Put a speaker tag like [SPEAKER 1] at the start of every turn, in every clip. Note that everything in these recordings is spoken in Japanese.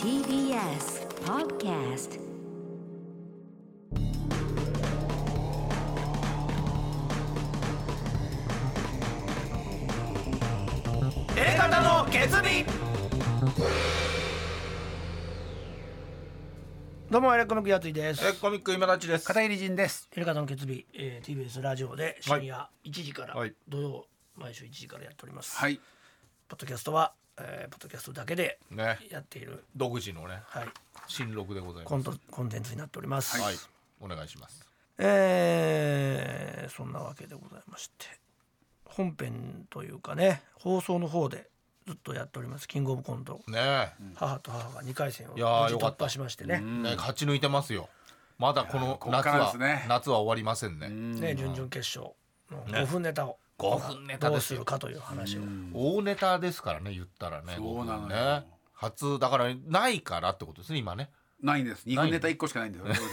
[SPEAKER 1] TBS Podcast
[SPEAKER 2] 方の決意どうもエレコミックやついです
[SPEAKER 3] えコミック今立ちです。
[SPEAKER 4] 片桐仁です。
[SPEAKER 2] エレカタの決意、えー、TBS ラジオで深夜1時から、
[SPEAKER 3] はい
[SPEAKER 2] 土曜毎週1時からやっております、
[SPEAKER 4] はい。
[SPEAKER 2] ポッドキャストは、えー、ポッドキャストだけで
[SPEAKER 3] ね、
[SPEAKER 2] やっている、
[SPEAKER 3] 独自のね、
[SPEAKER 2] はい、
[SPEAKER 3] 新録でござい
[SPEAKER 2] コ
[SPEAKER 3] ま
[SPEAKER 2] ントコンテンツになっております、
[SPEAKER 3] す。はい、お願いします。
[SPEAKER 2] えーそんなわけでございまして本編というかね放送の方でずっとやっておりますキングオブコント
[SPEAKER 3] ね
[SPEAKER 2] 母と母が2回戦を無
[SPEAKER 3] いやー
[SPEAKER 2] 事
[SPEAKER 3] よか
[SPEAKER 2] 突
[SPEAKER 3] っ
[SPEAKER 2] 破
[SPEAKER 3] た
[SPEAKER 2] しましてね
[SPEAKER 3] え、ね勝ち抜いてますよ。まだこの
[SPEAKER 4] こっ
[SPEAKER 3] 夏
[SPEAKER 4] からで
[SPEAKER 3] は、
[SPEAKER 4] すね
[SPEAKER 3] 夏は終わりませんね。
[SPEAKER 2] ね準々決勝の5分ネタを
[SPEAKER 3] 5分ネタ
[SPEAKER 2] ど
[SPEAKER 3] で
[SPEAKER 2] う
[SPEAKER 3] す
[SPEAKER 2] す
[SPEAKER 3] よ
[SPEAKER 2] るかという話を
[SPEAKER 3] 大ネタですからね、言ったらね。
[SPEAKER 4] そうなのよ
[SPEAKER 3] ごめんね。初だからないからってことですね、今ね。
[SPEAKER 4] ないんです。日本ネタ一個しかないんだよ。俺たち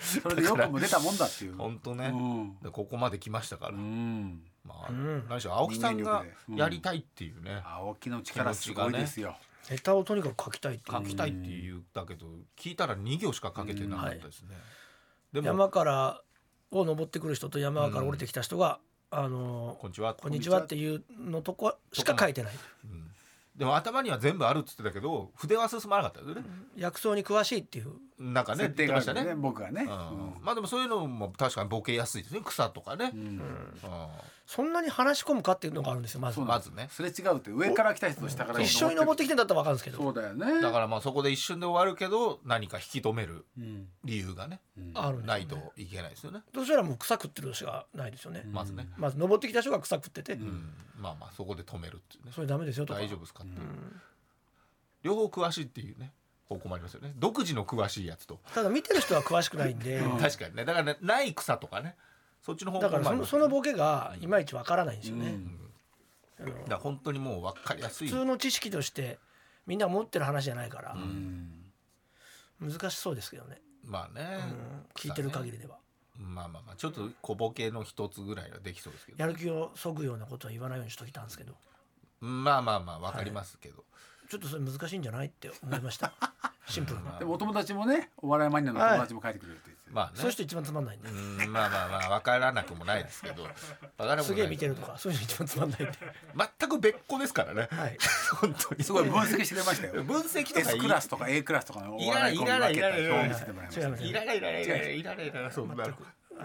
[SPEAKER 4] それでよくも出たもんだっていう。
[SPEAKER 3] 本当ね
[SPEAKER 4] う。ん。
[SPEAKER 3] でここまで来ましたから
[SPEAKER 4] う。ん。
[SPEAKER 3] まあ、何しろ青木さんがやりたいっていうね。
[SPEAKER 4] 青木の力すごいですよ。
[SPEAKER 2] ネタをとにかく書きたいってい
[SPEAKER 3] 書
[SPEAKER 2] う
[SPEAKER 3] きたいって言ったけど、聞いたら2行しか書けてなかったですね。でも、
[SPEAKER 2] 山からを登ってくる人と山から降りてきた人が「あの
[SPEAKER 3] こんにちは。
[SPEAKER 2] こんにちは」っていうのとこしか書いてない
[SPEAKER 3] でも頭には全部あるっつってたけど筆は進まなかったですよね、
[SPEAKER 2] 薬草に詳しいっていう
[SPEAKER 3] なんかね
[SPEAKER 4] 設定があ
[SPEAKER 3] 言ってました
[SPEAKER 4] るねね
[SPEAKER 3] ね
[SPEAKER 4] 僕がね。う
[SPEAKER 3] うん
[SPEAKER 4] ん
[SPEAKER 3] まあでもそういうのも確かにボケやすいですね草とかね、う
[SPEAKER 2] そんなに話し込むかっていうのがあるんですよまず
[SPEAKER 4] そう
[SPEAKER 3] まずね
[SPEAKER 4] すれ違うって上から来た人と下から
[SPEAKER 2] 一緒に登っててきてんだったら分かるんですけ
[SPEAKER 4] る
[SPEAKER 2] ど
[SPEAKER 4] そうだよ
[SPEAKER 3] んだ
[SPEAKER 4] ね。
[SPEAKER 3] からまあそこで一瞬で終わるけど何か引き止める
[SPEAKER 4] うん。
[SPEAKER 3] 理由がね、
[SPEAKER 2] あるんです
[SPEAKER 3] ないといけないですよね、
[SPEAKER 2] そしたらもう草食ってるしかないですよね
[SPEAKER 3] まずね、
[SPEAKER 2] まず登ってきた人が草食ってて
[SPEAKER 3] うんまあまあそこで止めるっていうね
[SPEAKER 2] それダメですよとか
[SPEAKER 3] 大丈夫ですかっていう、両方詳しいっていうね方向もありますよね独自の詳しいやつと、
[SPEAKER 2] ただ見てる人は詳しくないんで
[SPEAKER 3] 確かにねだからねない草とかねそっちの方向
[SPEAKER 2] だから
[SPEAKER 3] もあ
[SPEAKER 2] そ
[SPEAKER 3] りま
[SPEAKER 2] の
[SPEAKER 3] す
[SPEAKER 2] そのボケがいまいち分からないんですよね
[SPEAKER 3] だから本当にもう分かりやすい
[SPEAKER 2] 普通の知識としてみんな持ってる話じゃないから難しそうですけどね
[SPEAKER 3] まあね、
[SPEAKER 2] 聞いてる限りでは
[SPEAKER 3] まあまあまあちょっと小ボケの一つぐらいはできそうですけど
[SPEAKER 2] やる気をそぐようなことは言わないようにしときたんですけど
[SPEAKER 3] まあまあまあわかりますけど、
[SPEAKER 2] ちょっとそれ難しいんじゃないって思いましたシンプルな
[SPEAKER 4] でもお友達もねお笑いマニアのお友達も書いてくれるって言って。
[SPEAKER 3] まあ
[SPEAKER 2] そういう
[SPEAKER 3] ね
[SPEAKER 2] 人一番つまんないんで
[SPEAKER 3] うんまあまあまあわからなくもないですけどわからなくもない
[SPEAKER 2] すげえ見てるとかそういう人一番つまんないんで
[SPEAKER 3] 全く別個ですからね、
[SPEAKER 2] はい
[SPEAKER 3] 本当に
[SPEAKER 4] すごい分析してくれましたよ。
[SPEAKER 3] 分析とかい
[SPEAKER 4] S クラスとか A クラスとかのお笑いコンビ分けた表を見せてもらいまし
[SPEAKER 2] 違い
[SPEAKER 4] た。
[SPEAKER 2] ます
[SPEAKER 3] い
[SPEAKER 2] ね
[SPEAKER 3] らないいらないいらないいらないいらないそんなの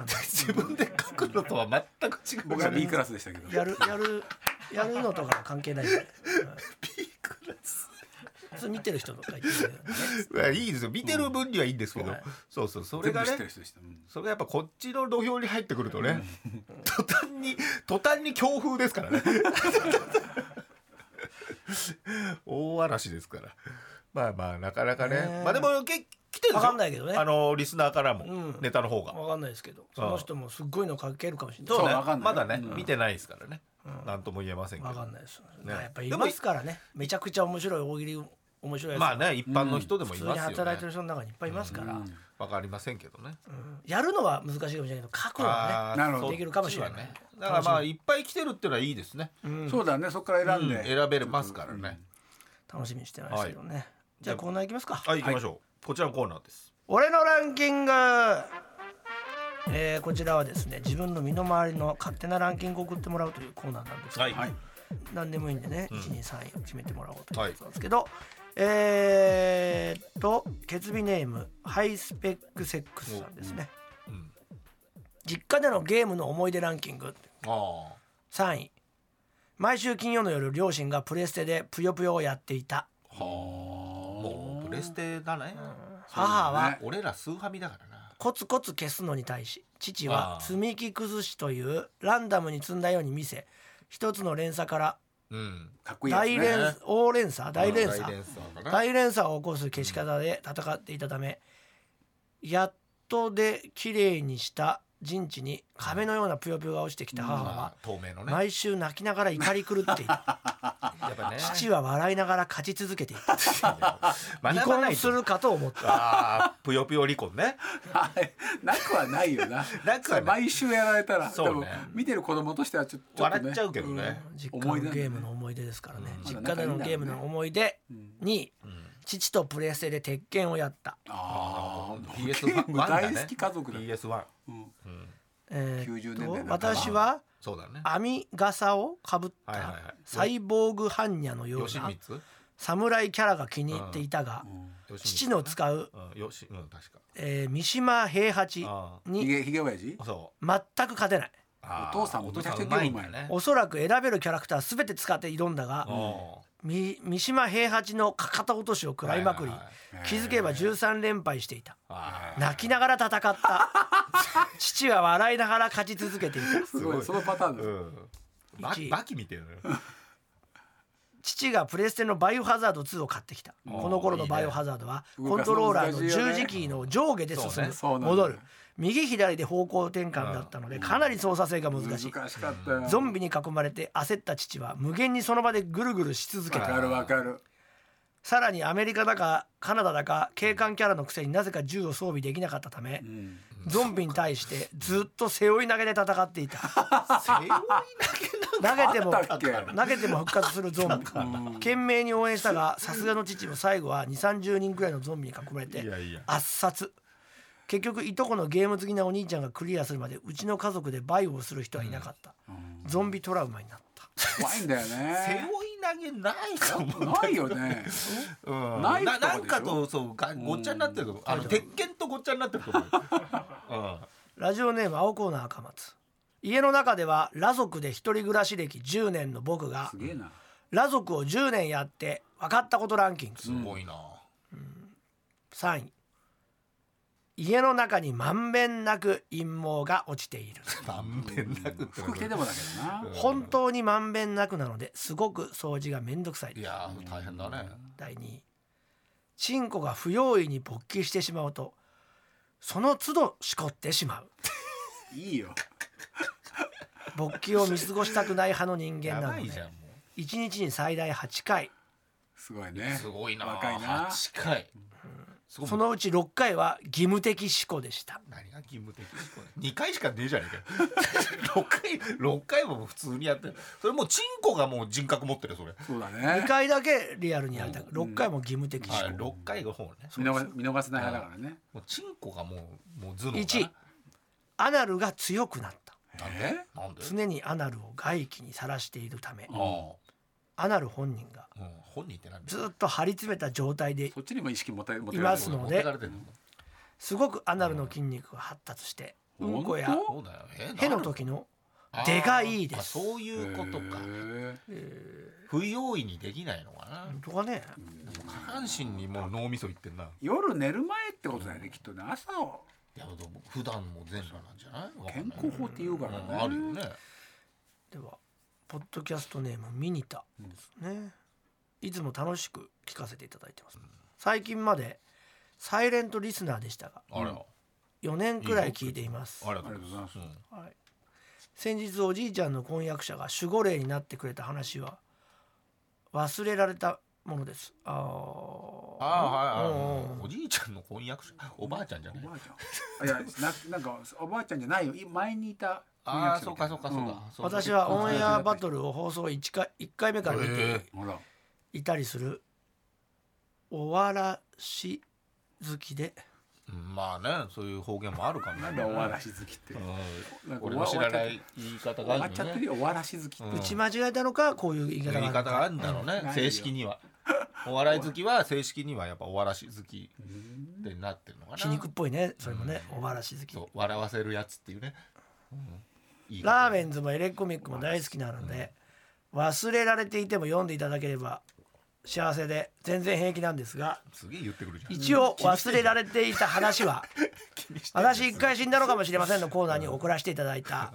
[SPEAKER 3] 自分で書くのとは全く違う
[SPEAKER 4] 僕
[SPEAKER 3] じゃ
[SPEAKER 4] は
[SPEAKER 3] ない
[SPEAKER 4] B クラスでしたけど。
[SPEAKER 2] やるやるやるのとかは関係ないんで
[SPEAKER 3] B クラス
[SPEAKER 2] それ見てる人とか言ってるんで
[SPEAKER 3] いやいいですよ見てる分にはいいんですけど、
[SPEAKER 2] はい
[SPEAKER 3] そうそうそれ
[SPEAKER 4] 全部
[SPEAKER 3] が
[SPEAKER 4] 知
[SPEAKER 3] ね
[SPEAKER 4] ってる人でした。うん
[SPEAKER 3] それがやっぱこっちの土俵に入ってくるとね、途端に途端に強風ですからね大嵐ですからまあまあなかなかね、
[SPEAKER 2] ねえ
[SPEAKER 3] まあでもけ来てるんですよ
[SPEAKER 2] わかんないけどね
[SPEAKER 3] あのリスナーからも、
[SPEAKER 2] うん
[SPEAKER 3] ネタの方が、
[SPEAKER 2] わかんないですけどその人もすっごいの書けるかもしれない
[SPEAKER 3] そうね
[SPEAKER 4] そうわかんな
[SPEAKER 3] ま
[SPEAKER 4] い
[SPEAKER 3] だね、見てないですからね、なんとも言えませんけ
[SPEAKER 2] わ
[SPEAKER 3] ど
[SPEAKER 2] かんないです、
[SPEAKER 3] ね
[SPEAKER 2] やっぱりいますからねめちゃくちゃ面白い大喜利面白いやつ、
[SPEAKER 3] まあね一般の人でも
[SPEAKER 2] 普
[SPEAKER 3] い
[SPEAKER 2] 通
[SPEAKER 3] ま
[SPEAKER 2] に
[SPEAKER 3] すよね
[SPEAKER 2] 働いてる人の中にいっぱいいますから、
[SPEAKER 3] わかりませんけどね、
[SPEAKER 2] やるのは難しいかもしれないけど書くのは
[SPEAKER 3] あー
[SPEAKER 2] ね
[SPEAKER 4] なるほど
[SPEAKER 2] できるかもしれない、
[SPEAKER 3] そうねだからまあいっぱい来てるってのはいいですね、うん
[SPEAKER 4] そうだねそこから選んで。
[SPEAKER 3] 選べれますからね、
[SPEAKER 2] 楽しみにしてますけどね、じゃあコーナーいきますか、
[SPEAKER 3] はい行きましょう、こちらのコーナーです
[SPEAKER 2] 俺のランキングえーこちらはですね自分の身の回りの勝手なランキングを送ってもらうというコーナーなんですけど、
[SPEAKER 3] はい
[SPEAKER 4] はい。
[SPEAKER 2] 何でもいいんでね、123位を決めてもらおうということなんですけど、えー、っと決備ネームハイスペックセックスさんですね、
[SPEAKER 3] うん
[SPEAKER 2] 実家でのゲームの思い出ランキング
[SPEAKER 3] あ
[SPEAKER 2] 3位毎週金曜の夜両親がプレステでぷよぷよをやっていた
[SPEAKER 3] あもうプレステだね
[SPEAKER 2] 母は
[SPEAKER 4] ね
[SPEAKER 3] 俺らスーファミだからな
[SPEAKER 2] コツコツ消すのに対し父
[SPEAKER 3] あ
[SPEAKER 2] は
[SPEAKER 3] ー
[SPEAKER 2] 積み木崩しというランダムに積んだように見せ一つの連鎖から
[SPEAKER 3] うん
[SPEAKER 4] かっこいいやつ
[SPEAKER 2] 大連、
[SPEAKER 4] ね。
[SPEAKER 2] 大連鎖大連
[SPEAKER 3] 大
[SPEAKER 2] 鎖
[SPEAKER 3] 連鎖かな
[SPEAKER 2] 大連鎖を起こす消し方で戦っていたためやっとで綺麗にした陣地に亀のようなぷよぷよが落ちてきた母は
[SPEAKER 3] まあ、透明のね、
[SPEAKER 2] 毎週泣きながら怒り狂ってい た
[SPEAKER 3] やっぱね
[SPEAKER 2] 父は笑いながら勝ち続けていた離
[SPEAKER 3] 学ばない
[SPEAKER 2] 婚す
[SPEAKER 3] と
[SPEAKER 2] るかと思った
[SPEAKER 3] ああぷよぷよ離婚ね
[SPEAKER 4] はいなくはないよな
[SPEAKER 3] なくはない
[SPEAKER 4] 毎週やられたら、
[SPEAKER 3] そうね
[SPEAKER 4] でも見てる子供としてはちょちょっと、ね、
[SPEAKER 3] 笑っちゃうけどね、
[SPEAKER 2] 実家
[SPEAKER 4] 思い出
[SPEAKER 2] の
[SPEAKER 4] だね
[SPEAKER 2] ゲームの思い出ですからね、
[SPEAKER 3] うん
[SPEAKER 2] 実家でのゲームの思い出
[SPEAKER 4] ん
[SPEAKER 2] に、
[SPEAKER 3] ん
[SPEAKER 2] 父とプレステで鉄拳をやった、
[SPEAKER 4] ああゲ
[SPEAKER 3] PS1
[SPEAKER 4] ーム大好き家族だ、
[SPEAKER 3] PS1
[SPEAKER 4] うん
[SPEAKER 3] うん
[SPEAKER 2] えーっ
[SPEAKER 4] 90年代
[SPEAKER 2] と
[SPEAKER 4] 半ば
[SPEAKER 2] 私は
[SPEAKER 3] そうだね
[SPEAKER 2] 網傘をかぶっ
[SPEAKER 3] はいはいは
[SPEAKER 2] た
[SPEAKER 3] い
[SPEAKER 2] サイボーグ般若のよう
[SPEAKER 3] 吉
[SPEAKER 2] な
[SPEAKER 3] 光
[SPEAKER 2] 侍キャラが気に入っていたが、父の使う、
[SPEAKER 3] うんよしうん確か
[SPEAKER 2] えー三島平八
[SPEAKER 3] あ
[SPEAKER 4] ひ
[SPEAKER 2] に
[SPEAKER 4] げひげ親父
[SPEAKER 3] あそう
[SPEAKER 2] 全く勝てない
[SPEAKER 3] ああ
[SPEAKER 4] お父さんも
[SPEAKER 3] お父
[SPEAKER 4] めちゃ
[SPEAKER 3] さ
[SPEAKER 4] く
[SPEAKER 3] ん
[SPEAKER 4] ちゃ
[SPEAKER 3] うまいんだね
[SPEAKER 2] おそらく選べるキャラクター全て使って挑んだが、
[SPEAKER 3] お
[SPEAKER 2] み三島平八のかかと落としを食らいまくり、
[SPEAKER 3] はいはい
[SPEAKER 4] はい
[SPEAKER 2] 気づけば13連敗していた
[SPEAKER 3] ああ
[SPEAKER 2] 泣きながら戦った 父は笑いながら勝ち続けていた
[SPEAKER 4] すごいそのパターンだ、
[SPEAKER 3] うんバキ
[SPEAKER 2] 一
[SPEAKER 3] バキ見てるのよ
[SPEAKER 2] 父がプレステのバイオハザード2を買ってきたこの頃のバイオハザードはコントローラーの十字キーの上下で進
[SPEAKER 3] そうね
[SPEAKER 4] そうな
[SPEAKER 2] む
[SPEAKER 4] んだ
[SPEAKER 2] 戻る右左で方向転換だったのでかなり操作性が難
[SPEAKER 4] 難
[SPEAKER 2] し
[SPEAKER 4] し
[SPEAKER 2] い
[SPEAKER 4] かったよ
[SPEAKER 2] ゾンビに囲まれて焦った父は無限にその場でぐるぐるし続け
[SPEAKER 4] わ
[SPEAKER 2] た
[SPEAKER 4] かるわかる
[SPEAKER 2] さらにアメリカだかカナダだか警官キャラのくせになぜか銃を装備できなかったため
[SPEAKER 4] うん
[SPEAKER 2] ゾンビに対してずっと背負い投げで戦ってい た
[SPEAKER 3] 背負い
[SPEAKER 2] 投げても
[SPEAKER 4] あったっけ
[SPEAKER 2] 投げても復活するゾンビ懸命に応援したがさすがの父も最後は2 3 0人くらいのゾンビに囲まれて
[SPEAKER 3] いやいや
[SPEAKER 2] 圧殺結局いとこのゲーム好きなお兄ちゃんがクリアするまでうちの家族でバイオをする人はいなかった、ゾンビトラウマになった
[SPEAKER 4] 怖いんだよ
[SPEAKER 3] 背
[SPEAKER 4] ね
[SPEAKER 3] 負い投げないかも
[SPEAKER 4] ないよ ね
[SPEAKER 3] うん
[SPEAKER 4] ナイフと
[SPEAKER 3] な
[SPEAKER 4] かでしょ
[SPEAKER 3] んかとそうがごっちゃになってるとあの鉄拳とごっちゃになってると 思ううん
[SPEAKER 2] ラジオネーム青コーナー赤松家の中では裸族で一人暮らし歴10年の僕が
[SPEAKER 4] すげえな
[SPEAKER 2] 裸族を10年やって分かったことランキング
[SPEAKER 3] すごいな
[SPEAKER 2] 3位家の中にまんべんなく陰謀が落ちている
[SPEAKER 3] まんべんなくって
[SPEAKER 4] 服着てでもだけどな
[SPEAKER 2] 本当にまんべんなくなのですごく掃除がめんどくさい
[SPEAKER 3] いやー大変だね
[SPEAKER 2] 第2位チンコが不用意に勃起してしまうとその都度しこってしまう
[SPEAKER 4] いいよ
[SPEAKER 2] 勃起を見過ごしたくない派の人間
[SPEAKER 3] や
[SPEAKER 2] な
[SPEAKER 3] ば
[SPEAKER 2] の
[SPEAKER 3] い
[SPEAKER 2] で
[SPEAKER 3] じゃんも
[SPEAKER 2] 1日に最大8回
[SPEAKER 4] すごいうね
[SPEAKER 3] すごいな
[SPEAKER 4] 若いな
[SPEAKER 3] 8回すごい
[SPEAKER 2] そのうち6回は義務的思考でした
[SPEAKER 3] 何が義務的二回しかねえじゃねえかよ 六回六回も普通にやってるそれもうチンコがもう人格持ってるよそれ
[SPEAKER 4] そうだ
[SPEAKER 2] 2
[SPEAKER 4] ね
[SPEAKER 2] 回だけリアルにやりたく6回も義務的思
[SPEAKER 3] はい
[SPEAKER 2] 考
[SPEAKER 3] 六回がほうね
[SPEAKER 4] 見逃見逃せない派だからね
[SPEAKER 3] もうチンコがもうもう頭脳
[SPEAKER 2] 1
[SPEAKER 3] だ
[SPEAKER 2] アナルが強くなった
[SPEAKER 3] ななんでなんで
[SPEAKER 2] 常にアナルを外気にさらしているため
[SPEAKER 3] ああ
[SPEAKER 2] アナル本人が
[SPEAKER 3] うん本人ってなんだ
[SPEAKER 2] ずっと張り詰めた状態で
[SPEAKER 4] そっちにも意識持たれ持て
[SPEAKER 2] いますので
[SPEAKER 3] 持ってかれてんの
[SPEAKER 2] すごくアナルの筋肉が発達してうんこや
[SPEAKER 4] 本
[SPEAKER 3] そうだよえ
[SPEAKER 2] への
[SPEAKER 3] なん
[SPEAKER 2] 時の
[SPEAKER 3] あー
[SPEAKER 2] 出がいいです
[SPEAKER 3] あそういうことか
[SPEAKER 4] へえ
[SPEAKER 3] 不用意にできないのかな
[SPEAKER 2] 本当かね
[SPEAKER 3] 下半身にもう脳みそいってんな
[SPEAKER 4] 夜寝る前ってことだよねきっとね朝を
[SPEAKER 3] いやでも普段も全部なんじゃないわかん
[SPEAKER 4] 健
[SPEAKER 3] ない
[SPEAKER 4] 康法って言うから
[SPEAKER 3] うんあるよ
[SPEAKER 4] ね
[SPEAKER 3] ね
[SPEAKER 2] ではポッドキャストネームミニタですねいつも楽しく聞かせていただいてます最近までサイレントリスナーでしたが
[SPEAKER 3] あれあ
[SPEAKER 2] 4年くらい聞いています
[SPEAKER 3] りが
[SPEAKER 4] ありがとうございます
[SPEAKER 3] うん
[SPEAKER 2] はい先日おじいちゃんの婚約者が守護霊になってくれた話は忘れられたものですあー
[SPEAKER 3] ああはい
[SPEAKER 2] うんう
[SPEAKER 3] は
[SPEAKER 2] んうん
[SPEAKER 3] い、おじいちゃんの婚約者おばあちゃんじゃない
[SPEAKER 4] おばあちゃんあいやななんかおばあちゃんじゃないよい前にいた婚
[SPEAKER 3] ああ
[SPEAKER 4] 約者
[SPEAKER 3] そう
[SPEAKER 4] みた
[SPEAKER 3] か
[SPEAKER 4] いな
[SPEAKER 3] そうかそうか、そうだ
[SPEAKER 2] 私はオンエアバトルを放送 1, か1回目から見
[SPEAKER 3] へ
[SPEAKER 2] て
[SPEAKER 3] え
[SPEAKER 4] うんほら
[SPEAKER 2] いたりするおわらし好きで
[SPEAKER 3] うんまあねそういう方言もあるからね
[SPEAKER 4] なんだおわらし好きって
[SPEAKER 3] うん
[SPEAKER 4] なんか
[SPEAKER 3] 俺の知らない言い方
[SPEAKER 4] 終
[SPEAKER 3] があ
[SPEAKER 4] わ
[SPEAKER 3] る
[SPEAKER 4] っ
[SPEAKER 3] ん
[SPEAKER 4] ちゃ
[SPEAKER 3] だ
[SPEAKER 4] って
[SPEAKER 3] ね
[SPEAKER 4] るよおわらし好きって
[SPEAKER 2] 打ち間違えたのかこういう言い
[SPEAKER 3] 言
[SPEAKER 2] 方
[SPEAKER 3] い方が
[SPEAKER 2] が
[SPEAKER 3] あ
[SPEAKER 2] ある
[SPEAKER 3] るん
[SPEAKER 2] の
[SPEAKER 3] だ
[SPEAKER 2] か
[SPEAKER 3] ろうね
[SPEAKER 4] うん
[SPEAKER 3] 正式にはお笑い好きは正式にはやっぱお笑い好きってなってるのかな
[SPEAKER 2] 皮肉っぽいねそれもねおわらし好き
[SPEAKER 3] そう笑わせるやつっていうね、うんいい
[SPEAKER 2] ラー
[SPEAKER 3] ン
[SPEAKER 2] メンズもエレコミックも大好きなので忘れられていても読んでいただければ幸せで全然平気なんですが
[SPEAKER 3] すげえ言ってくるじゃん
[SPEAKER 2] 一応忘れられていた話 は「私一回死んだのかもしれません」のコーナーに送らせていただいた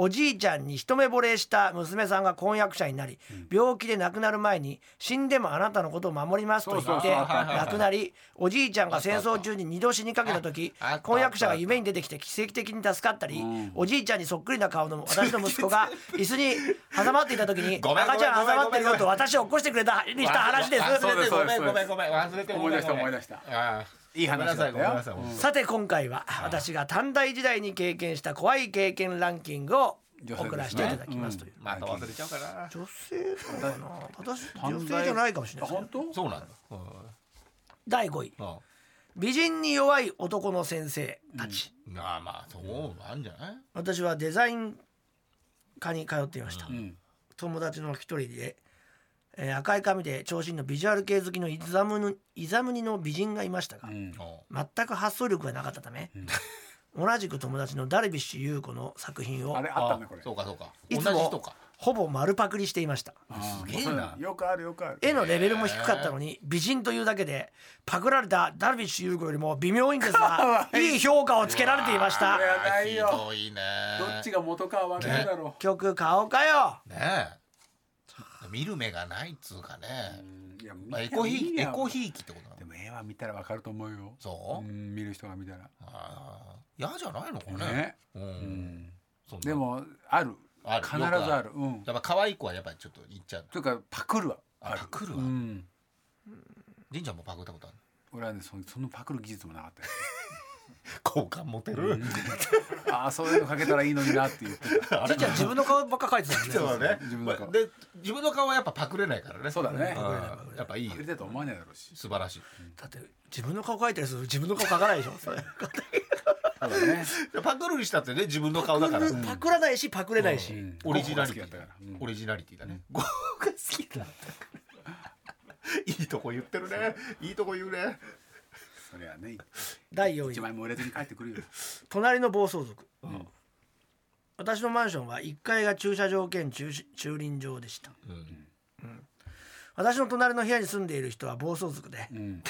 [SPEAKER 2] おじいちゃんに一目惚れした娘さんが婚約者になり、病気で亡くなる前に死んでもあなたのことを守りますと言
[SPEAKER 4] そう
[SPEAKER 2] っ
[SPEAKER 4] そう
[SPEAKER 2] て
[SPEAKER 4] そう
[SPEAKER 2] 亡くなりおじいちゃんが戦争中に二度死にかけた時
[SPEAKER 3] ああった
[SPEAKER 2] 婚約者が夢に出てきて奇跡的に助かったり、
[SPEAKER 4] うん
[SPEAKER 2] おじいちゃんにそっくりな顔の私の息子が椅子に挟まっていた時に
[SPEAKER 3] ごめんご
[SPEAKER 2] 赤
[SPEAKER 3] めん
[SPEAKER 2] ちゃん挟まってるよ
[SPEAKER 3] ごめんごめんごめん
[SPEAKER 2] と私を起こしてくれたにした話です。
[SPEAKER 4] あそうです
[SPEAKER 3] ごめんごめんごめん忘れて
[SPEAKER 4] 思い出した思い出した
[SPEAKER 3] た
[SPEAKER 4] いい話だったよ
[SPEAKER 3] ごめんなさいごめんなさい
[SPEAKER 2] さて今回は私が短大時代に経験した怖い経験ランキングを送らせていただきますという
[SPEAKER 3] また忘れちゃうかな
[SPEAKER 2] 女性なのかな私女
[SPEAKER 4] 短大
[SPEAKER 2] 性じゃないかもしれ
[SPEAKER 4] あ
[SPEAKER 2] ないですね
[SPEAKER 4] 本当
[SPEAKER 3] そうなんだうん
[SPEAKER 2] 第5位
[SPEAKER 3] うん
[SPEAKER 2] 美人に弱い男の先生たち、
[SPEAKER 3] まあまあそうなんじゃない
[SPEAKER 2] 私はデザイン科に通っていました、
[SPEAKER 4] ん
[SPEAKER 2] 友達の一人で、えー赤い髪で長身のビジュアル系好きのイザムヌイザムニの美人がいましたが、
[SPEAKER 4] うん
[SPEAKER 3] うん
[SPEAKER 2] 全く発想力がなかったため、同じく友達のダルビッシュ有子の作品を
[SPEAKER 4] あれあったんだこれ
[SPEAKER 3] そうかそうか
[SPEAKER 2] い
[SPEAKER 3] 同
[SPEAKER 2] つ
[SPEAKER 3] じ人
[SPEAKER 2] も
[SPEAKER 3] か
[SPEAKER 2] ほぼ丸パクリしていました
[SPEAKER 4] あー
[SPEAKER 3] すげえな
[SPEAKER 4] もうそれよくあるよくある
[SPEAKER 2] 絵のレベルも低かったのに美人というだけでパクられたダルビッシュ有子よりも微妙いんですがいい評価をつけられていまし
[SPEAKER 4] うわ
[SPEAKER 2] た
[SPEAKER 4] やないよ
[SPEAKER 3] ひどいね
[SPEAKER 4] どっちが元かは分かるだろ
[SPEAKER 2] 曲買おうかよ
[SPEAKER 3] ねえ見る目がないっつうかね
[SPEAKER 4] う、うんいや
[SPEAKER 3] まあ、エコひいきエコ
[SPEAKER 4] ー
[SPEAKER 3] ひいきってことなの
[SPEAKER 4] でも絵は見たら分かると思うよ
[SPEAKER 3] そう、
[SPEAKER 4] ん見る人が見たら
[SPEAKER 3] ああ嫌じゃないのかね
[SPEAKER 4] ね
[SPEAKER 3] う、
[SPEAKER 4] うんん
[SPEAKER 3] そんな
[SPEAKER 4] でもある
[SPEAKER 3] ある
[SPEAKER 4] 必ずある
[SPEAKER 3] よく
[SPEAKER 4] うん
[SPEAKER 3] やっぱ可愛い子はやっぱりちょっと言っちゃう
[SPEAKER 4] というかパクるは
[SPEAKER 3] あパクる
[SPEAKER 4] う
[SPEAKER 3] わ
[SPEAKER 4] ん
[SPEAKER 3] 神社もパクったことある
[SPEAKER 4] 俺はねそのそのパクる技術もなかったよ
[SPEAKER 3] 好感持てる、
[SPEAKER 4] ああそういうのかけたらいいのになって言ってた
[SPEAKER 2] じいちゃん自分の顔ばっか描いてたんで
[SPEAKER 3] そうだね
[SPEAKER 4] 自分の顔
[SPEAKER 3] で自分の顔はやっぱパクれないからね
[SPEAKER 4] そうだね
[SPEAKER 3] ん
[SPEAKER 4] パク
[SPEAKER 3] やっぱいいよ
[SPEAKER 4] 入れたと思わないだろうし
[SPEAKER 3] 素晴らしい
[SPEAKER 2] だって自分の顔描いたりする自分の顔描かないでしょそれ
[SPEAKER 4] そうだね
[SPEAKER 3] パクるにしたってね自分の顔だから
[SPEAKER 2] パクらないしパクれないし、
[SPEAKER 4] ん
[SPEAKER 3] オリジナリテ
[SPEAKER 4] ゴッホが好き
[SPEAKER 3] ィ
[SPEAKER 4] だったからうん
[SPEAKER 3] オリジナリティだね。ゴッホが好きだったから。いいとこ言ってるね。いいとこ言うね。
[SPEAKER 4] それはね
[SPEAKER 2] 第4
[SPEAKER 4] 一
[SPEAKER 2] 位
[SPEAKER 4] 枚も売れずに帰ってくるよ
[SPEAKER 2] 隣の暴走族、
[SPEAKER 3] ん
[SPEAKER 2] 私のマンションは1階が駐車場兼駐し駐輪場でした私の隣の部屋に住んでいる人は暴走族で、
[SPEAKER 4] ん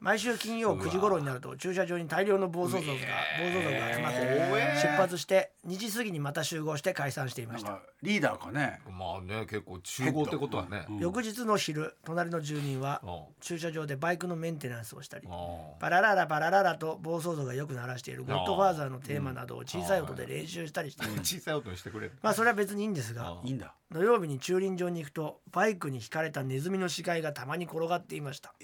[SPEAKER 2] 毎週金曜9時頃になると駐車場に大量の暴走族が暴走族が集まって出発して2時過ぎにまた集合して解散していま
[SPEAKER 4] な
[SPEAKER 2] し
[SPEAKER 4] ん
[SPEAKER 2] た
[SPEAKER 4] かリーダーかね
[SPEAKER 3] まあね、結構集合ってことはね。
[SPEAKER 2] 翌日の昼隣の住人は
[SPEAKER 3] うん
[SPEAKER 2] 駐車場でバイクのメンテナンスをしたり
[SPEAKER 3] あ
[SPEAKER 2] パラララパラララと暴走族がよく鳴らしている「ゴッドファーザー」のテーマなどを小さい音で練習したりしてい
[SPEAKER 3] あ
[SPEAKER 2] ま
[SPEAKER 3] 小さい音にしてくれる。
[SPEAKER 2] まあそれは別にいいんですが
[SPEAKER 3] うん
[SPEAKER 4] いいんだ
[SPEAKER 2] 土曜日に駐輪場に行くとバイクにひかれたネズミの死骸がたまに転がっていました、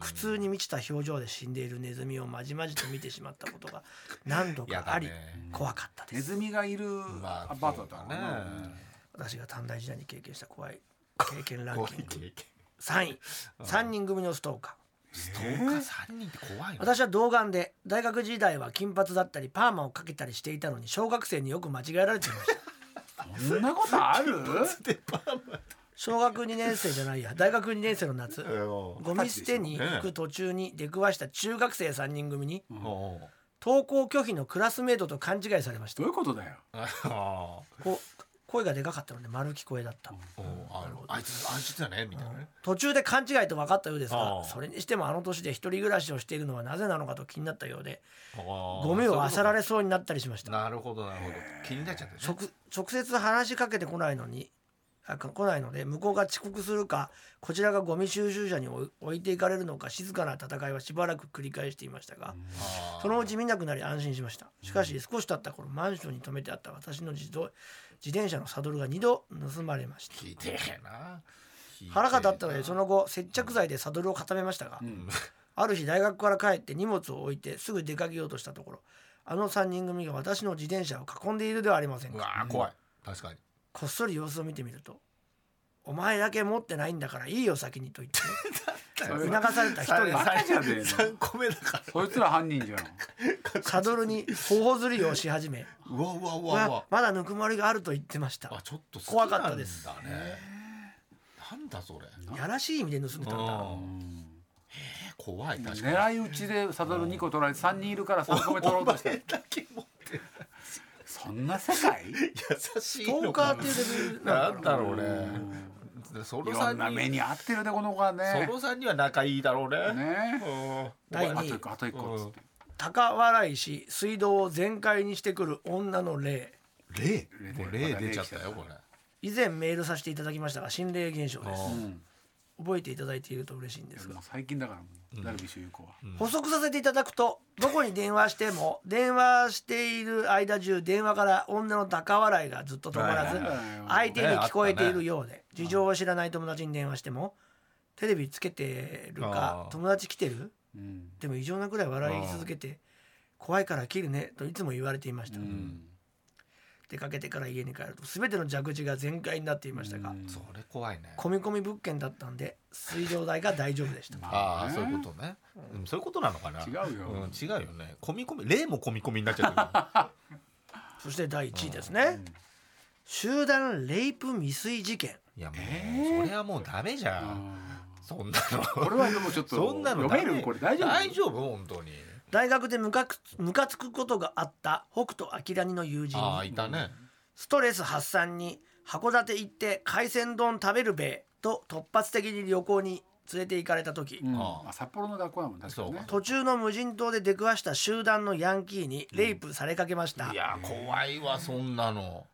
[SPEAKER 2] 苦痛に満ちた表情で死んでいるネズミをまじまじと見てしまったこと が何度かあり
[SPEAKER 3] やだね
[SPEAKER 2] 怖かったで
[SPEAKER 4] ネ
[SPEAKER 2] す
[SPEAKER 4] ズミがいる
[SPEAKER 3] まあ
[SPEAKER 4] アパートだったのかな
[SPEAKER 3] そうだね
[SPEAKER 2] 私が短大時代に経験した 怖い経験ラン
[SPEAKER 3] 怖
[SPEAKER 2] キ
[SPEAKER 3] い
[SPEAKER 2] ン
[SPEAKER 3] 経
[SPEAKER 2] グ
[SPEAKER 3] 験。
[SPEAKER 2] 3位3人組のストーカー
[SPEAKER 3] ストーカー三人って怖いの。
[SPEAKER 2] 私は童顔で大学時代は金髪だったりパーマをかけたりしていたのに小学生によく間違えられていました
[SPEAKER 4] うんそんなことある
[SPEAKER 2] 小学2年生じゃないや大学2年生の夏
[SPEAKER 3] うん
[SPEAKER 2] ゴミ捨てに行く途中に出くわした中学生3人組に
[SPEAKER 3] うん
[SPEAKER 2] 登校拒否のクラスメートと勘違いされました
[SPEAKER 4] どういうことだよ
[SPEAKER 3] あ
[SPEAKER 2] こ声がでかかったので丸聞こえだった
[SPEAKER 3] ーうんあのあいつあいつだねみたいなね。
[SPEAKER 2] 途中で勘違いと分かったようです
[SPEAKER 3] あ
[SPEAKER 2] が
[SPEAKER 3] あ
[SPEAKER 2] それにしてもあの年で一人暮らしをしているのはなぜなのかと気になったようでゴ
[SPEAKER 3] ゴ
[SPEAKER 2] ミを漁ら
[SPEAKER 3] れ。
[SPEAKER 2] れそうになったりしました
[SPEAKER 3] なるほどなるほど。気になっちゃってね。
[SPEAKER 2] 直直接話しかけてこないのにあか来ないので向こうが遅刻するかこちらがゴミ収集車に置い置いていかれるのか静かな戦いはしばらく繰り返していましたが、
[SPEAKER 3] あー
[SPEAKER 2] そのうち見なくなり安心しましたしかし少し経った頃マンションに止めてあった私の自動自転車のサドルが2度盗まれました
[SPEAKER 3] ひでえな。ひでえな
[SPEAKER 2] 腹が立ったのでその後接着剤でサドルを固めましたが、ある日大学から帰って荷物を置いてすぐ出かけようとしたところあの3人組が私の自転車を囲んでいるではありません
[SPEAKER 3] う
[SPEAKER 2] か
[SPEAKER 3] わー怖い。確かに。
[SPEAKER 2] こっそり様子を見てみると「お前だけ持ってないんだからいいよ先に」と言っ て
[SPEAKER 4] それ
[SPEAKER 2] 促された一人が
[SPEAKER 4] バカじゃねえの
[SPEAKER 3] 3個目だか
[SPEAKER 4] そいつら犯人じゃん
[SPEAKER 2] サドルに頬ずりをし始 め
[SPEAKER 3] ら。うわうわう
[SPEAKER 2] う
[SPEAKER 3] わうわ
[SPEAKER 2] わ。まだぬくもりがあると言ってました
[SPEAKER 3] あちょっと好き
[SPEAKER 2] 怖かった
[SPEAKER 3] なんだ
[SPEAKER 2] です
[SPEAKER 3] ね。なんだそれ。
[SPEAKER 2] やらしい意味で盗んでたんだ
[SPEAKER 3] うんえー怖い確かに。
[SPEAKER 4] 狙い撃ちでサドル2個取られて3人いるから3個目取ろうとした
[SPEAKER 3] だけ持って
[SPEAKER 4] そんな世界
[SPEAKER 3] 優し
[SPEAKER 2] ス
[SPEAKER 3] い
[SPEAKER 2] トー
[SPEAKER 3] の
[SPEAKER 2] カー
[SPEAKER 3] か
[SPEAKER 2] っていうレベルな
[SPEAKER 3] な。
[SPEAKER 2] ん
[SPEAKER 3] ん
[SPEAKER 2] だろ
[SPEAKER 3] だ
[SPEAKER 2] う
[SPEAKER 3] ろうね。そ
[SPEAKER 4] い
[SPEAKER 3] の
[SPEAKER 4] ろんな
[SPEAKER 3] 三
[SPEAKER 4] 目
[SPEAKER 3] 人。
[SPEAKER 4] に合ってるでこの子はね
[SPEAKER 3] その三人は仲いいだろうね。
[SPEAKER 4] ね
[SPEAKER 3] うん
[SPEAKER 2] 第
[SPEAKER 4] あと
[SPEAKER 2] 2
[SPEAKER 4] 1
[SPEAKER 2] 位
[SPEAKER 4] 個あと1個っつって
[SPEAKER 2] 高笑いし水道を全開にしてくる女の霊
[SPEAKER 3] 例
[SPEAKER 4] 例
[SPEAKER 3] もう例出ちゃったよこれ
[SPEAKER 2] 以前メールさせていただきましたが心霊現象で
[SPEAKER 3] あ
[SPEAKER 2] す
[SPEAKER 3] あ
[SPEAKER 4] うん
[SPEAKER 2] 覚えていただいていると嬉しいんです
[SPEAKER 4] も
[SPEAKER 2] が
[SPEAKER 4] う最近だからもう、ダルビッシュ有効は、
[SPEAKER 2] 補足させていただくとどこに電話しても電話している間中電話から女の高笑いがずっと止まらず
[SPEAKER 3] はいはい
[SPEAKER 4] はい
[SPEAKER 2] 相手に聞こえているようで事情を知らない友達に電話してもテレビつけてるか
[SPEAKER 3] あー
[SPEAKER 2] 友達来てる
[SPEAKER 4] うん
[SPEAKER 2] でも異常なくらい笑い続けて怖いから切るねといつも言われていまし
[SPEAKER 4] う
[SPEAKER 2] た
[SPEAKER 4] ん、
[SPEAKER 2] 出かけてから家に帰ると全ての蛇口が全開になっていましたが
[SPEAKER 4] うん
[SPEAKER 3] それ怖いね
[SPEAKER 2] 込み込み物件だったんで水道代が大丈夫でした
[SPEAKER 3] ああ
[SPEAKER 4] ね
[SPEAKER 3] そういうことね、うん、そういうことなのかな
[SPEAKER 4] 違うよ
[SPEAKER 3] ん、違うよね込み込み例も込み込みになっちゃって
[SPEAKER 2] そして第1位ですね集団レイプ未遂事件
[SPEAKER 3] るいやもう、
[SPEAKER 4] えー
[SPEAKER 3] それはもうダメじゃ、
[SPEAKER 4] うんん
[SPEAKER 3] そんな
[SPEAKER 4] これ
[SPEAKER 3] の
[SPEAKER 4] はでもちょっと
[SPEAKER 3] そんなのダメ
[SPEAKER 4] 読めるこれ大丈夫
[SPEAKER 3] 大丈夫本当に
[SPEAKER 2] 大学でムカつムカつくことがあった北斗晶の友人
[SPEAKER 3] ああ
[SPEAKER 2] に
[SPEAKER 3] いたね、
[SPEAKER 2] ストレス発散に函館行って海鮮丼食べるべと突発的に旅行に連れて行かれた時、
[SPEAKER 4] うん
[SPEAKER 3] ああ
[SPEAKER 4] まあ、札幌の学校だもん確かにね
[SPEAKER 2] 途中の無人島で出くわした集団のヤンキーにレイプされかけました、
[SPEAKER 3] いや怖いわそんなの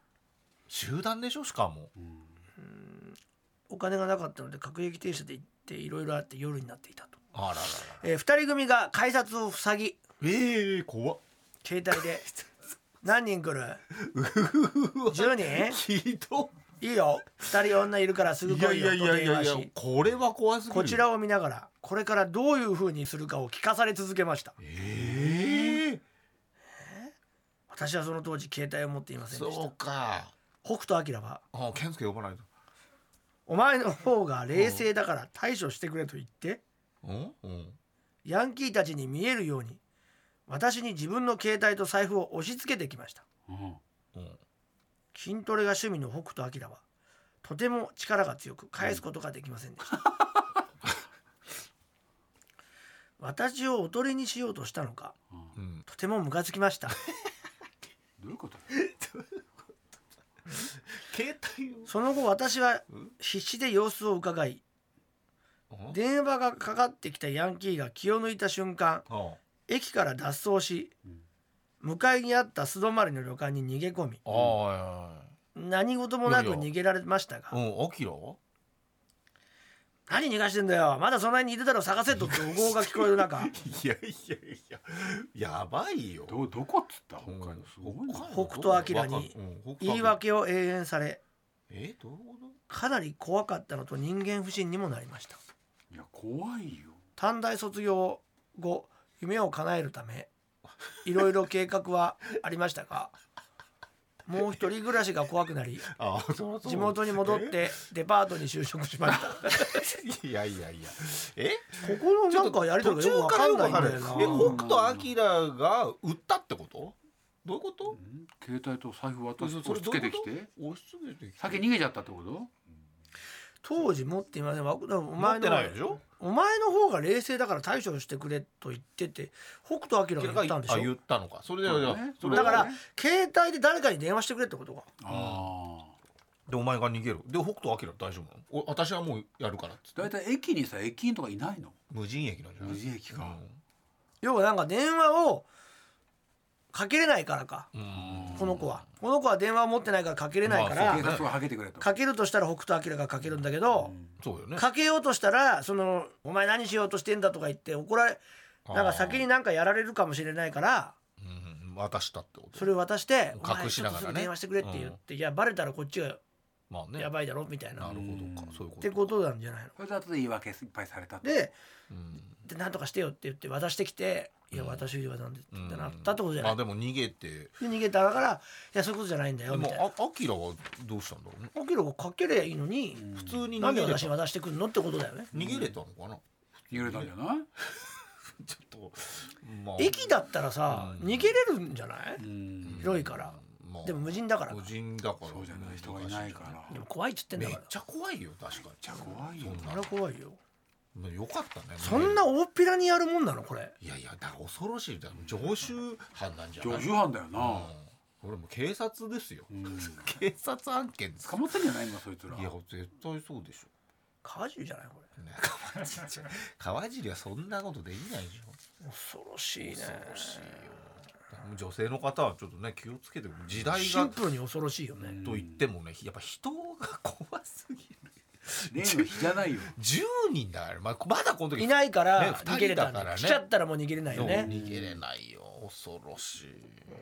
[SPEAKER 3] 集団でしょしかも
[SPEAKER 2] お金がなかったので各駅停車で行っていろいろあって夜になっていたと、
[SPEAKER 3] あららら
[SPEAKER 2] え2人組が改札を塞ぎ
[SPEAKER 3] ええー、怖っ
[SPEAKER 2] 携帯 で「何人来る ?10 人
[SPEAKER 3] ひど
[SPEAKER 2] いいよ2人女いるからすぐ
[SPEAKER 3] いや
[SPEAKER 2] 来
[SPEAKER 3] い
[SPEAKER 2] い
[SPEAKER 3] や
[SPEAKER 2] よ」と
[SPEAKER 3] いやい
[SPEAKER 2] 電
[SPEAKER 3] や
[SPEAKER 2] 話
[SPEAKER 3] いや
[SPEAKER 2] し
[SPEAKER 3] これは怖すぎる
[SPEAKER 2] こちらを見ながらこれからどういう風にするかを聞かされ続けました
[SPEAKER 3] ええ
[SPEAKER 2] 私はその当時携帯を持っていませんでし
[SPEAKER 3] そ
[SPEAKER 2] た
[SPEAKER 3] うか
[SPEAKER 2] 北斗晶は
[SPEAKER 3] あ健介呼ばないと
[SPEAKER 2] 「お前の方が冷静だから対処してくれ」と言って
[SPEAKER 3] うんうん
[SPEAKER 2] ヤンキーたちに見えるように私に自分の携帯と財布を押し付けてきました
[SPEAKER 4] うん
[SPEAKER 3] うん
[SPEAKER 2] 筋トレが趣味の北斗晶はとても力が強く返すことができませんでした、 私をおとりにしようとしたのか
[SPEAKER 3] うん
[SPEAKER 2] とてもムカつきました
[SPEAKER 4] どういうこと
[SPEAKER 3] 携帯を
[SPEAKER 2] その後私は必死で様子を伺い電話がかかってきたヤンキーが気を抜いた瞬間
[SPEAKER 3] あ
[SPEAKER 2] 駅から脱走し
[SPEAKER 4] うん
[SPEAKER 2] 向かいにあった素泊まりの旅館に逃げ込み
[SPEAKER 3] ああ
[SPEAKER 2] 何事もなく逃げられました
[SPEAKER 3] う
[SPEAKER 2] が
[SPEAKER 3] んアキラ
[SPEAKER 2] 「何逃がしてんだよまだそんなにいるだろ探せ」と怒号が聞こえる中
[SPEAKER 3] いやいやいややばいよ
[SPEAKER 4] どどこっつった北
[SPEAKER 3] うん
[SPEAKER 4] 海道すごいな
[SPEAKER 2] 北斗晶に
[SPEAKER 3] うん北斗晶
[SPEAKER 2] 言い訳を永遠され
[SPEAKER 3] えどういうこ
[SPEAKER 2] かなり怖かったのと人間不信にもなりました
[SPEAKER 4] いや怖いよ
[SPEAKER 2] 短大卒業後夢を叶えるた めいろいろ計画はありましたがもう一人暮らしが怖くなり
[SPEAKER 3] とあそらそう
[SPEAKER 2] 地元に戻ってデパートに就職しました こ
[SPEAKER 3] いやいやいやえ
[SPEAKER 2] このなんかやりとりがよくわかんないんだよ
[SPEAKER 3] 途
[SPEAKER 2] な
[SPEAKER 3] 中からよくわかんないえ北斗晶が売ったってことどういうこと
[SPEAKER 4] ん携帯と財布渡し
[SPEAKER 3] そう
[SPEAKER 4] 押し付けてき
[SPEAKER 3] どういう
[SPEAKER 4] て
[SPEAKER 3] こと押し付けてきて
[SPEAKER 4] 先逃げちゃったってこと
[SPEAKER 2] 当時持っていませんわでもお
[SPEAKER 3] 持
[SPEAKER 2] 前
[SPEAKER 3] って
[SPEAKER 2] の
[SPEAKER 3] ないでしょ
[SPEAKER 2] お前の方が冷静だから対処してくれと言ってて北斗晶が言ったんでし
[SPEAKER 3] あ言
[SPEAKER 2] ょ
[SPEAKER 3] ったのかそれで、
[SPEAKER 4] そうね
[SPEAKER 3] それ
[SPEAKER 2] だから
[SPEAKER 4] ね
[SPEAKER 2] 携帯で誰かに電話してくれってことか
[SPEAKER 4] ああ
[SPEAKER 3] でお前が逃げるで北斗晶大丈夫なのお私はもうやるからっつって
[SPEAKER 4] だいたい駅にさ駅員とかいないの
[SPEAKER 3] 無人駅なんじゃない
[SPEAKER 4] 無人駅か
[SPEAKER 2] 要はなんか電話をかけれないからか
[SPEAKER 3] うん、うん
[SPEAKER 2] この子はこの子は電話を持ってないからかけれないから、
[SPEAKER 3] あ
[SPEAKER 4] 警察ははけてくれと
[SPEAKER 2] かけるとしたら北斗晶がかけるんだけど、
[SPEAKER 3] そうよね
[SPEAKER 2] かけようとしたらその「お前何しようとしてんだ」とか言って怒られなんか先になんかやられるかもしれないから
[SPEAKER 3] うん渡したってこと
[SPEAKER 2] それを渡して「お前
[SPEAKER 3] 隠
[SPEAKER 2] ち
[SPEAKER 3] し
[SPEAKER 2] ょ
[SPEAKER 3] な
[SPEAKER 2] っと
[SPEAKER 3] がら
[SPEAKER 2] す
[SPEAKER 3] ね
[SPEAKER 2] ぐ電話してくれ」って言って「いやバレたらこっちが
[SPEAKER 3] まあね
[SPEAKER 2] やばいだろ」みたいな
[SPEAKER 3] な
[SPEAKER 2] っ
[SPEAKER 3] るほど
[SPEAKER 4] う
[SPEAKER 3] か
[SPEAKER 4] ん
[SPEAKER 3] そういうこと
[SPEAKER 2] てことなんじゃないの
[SPEAKER 4] それで後で言い訳いっぱいされたと
[SPEAKER 2] で
[SPEAKER 3] うん
[SPEAKER 2] でなんとかしてよって言って渡してきて「いや私はなんで」って
[SPEAKER 3] うん
[SPEAKER 2] なったってことじゃな
[SPEAKER 3] ま
[SPEAKER 2] い
[SPEAKER 3] あでも逃げて
[SPEAKER 2] で逃げたから「いやそういうことじゃないんだ
[SPEAKER 3] で
[SPEAKER 2] よ」み
[SPEAKER 3] も
[SPEAKER 2] たいな。
[SPEAKER 3] あアキラはどうしたんだろうね
[SPEAKER 2] アキラがかけりゃいいのに
[SPEAKER 3] 普通に
[SPEAKER 2] な
[SPEAKER 3] 逃
[SPEAKER 2] んで
[SPEAKER 3] げれ
[SPEAKER 2] 私に
[SPEAKER 3] た
[SPEAKER 2] 渡してくんのってことだよね
[SPEAKER 3] 逃げれたのかな
[SPEAKER 4] 逃げれたんじゃない
[SPEAKER 3] ちょっとまあ
[SPEAKER 2] 駅だったらさ
[SPEAKER 3] うん
[SPEAKER 2] 逃げれるんじゃない
[SPEAKER 4] うん
[SPEAKER 2] 広いから
[SPEAKER 3] まあ
[SPEAKER 2] でも無人だからか
[SPEAKER 3] 無人だから
[SPEAKER 4] そうじゃない人がいないから
[SPEAKER 2] でも怖いっつってん
[SPEAKER 3] め
[SPEAKER 2] だ
[SPEAKER 3] っ
[SPEAKER 2] から
[SPEAKER 3] ちゃ怖いよ確かにめっ
[SPEAKER 4] ちゃ怖いよ
[SPEAKER 2] それは怖いよ
[SPEAKER 3] よかったね
[SPEAKER 2] そんな大っぴらにやるもんなのこれ
[SPEAKER 3] いやいやだから恐ろしいだから常習犯なんじゃない
[SPEAKER 4] 常習犯だよな、
[SPEAKER 3] うんこれもう警察ですよ、
[SPEAKER 4] ん
[SPEAKER 3] 警察案件ですか
[SPEAKER 4] 捕まってんじゃない今そいつら
[SPEAKER 3] いや絶対そうでし
[SPEAKER 2] 火事じゃないこ
[SPEAKER 3] ょ、ね、川尻ちゃん川尻はそんなことできないでしょ
[SPEAKER 2] れ恐ろしいね
[SPEAKER 3] 恐ろしいよだから女性の方はちょっとね気をつけて時代
[SPEAKER 2] シン
[SPEAKER 3] が
[SPEAKER 2] プルに恐ろしいよね、
[SPEAKER 3] と言ってもねやっぱ人が怖すぎる
[SPEAKER 4] 例の日じゃないよ
[SPEAKER 3] 10人だから、まあ、まだこの時
[SPEAKER 2] いないから
[SPEAKER 3] ね
[SPEAKER 2] 逃げれたん
[SPEAKER 3] 二人だから
[SPEAKER 2] だ
[SPEAKER 3] ね
[SPEAKER 2] 来ちゃったらもう逃げれない
[SPEAKER 3] そ
[SPEAKER 2] よ
[SPEAKER 3] う
[SPEAKER 2] ね
[SPEAKER 3] 逃げれないよ恐ろしい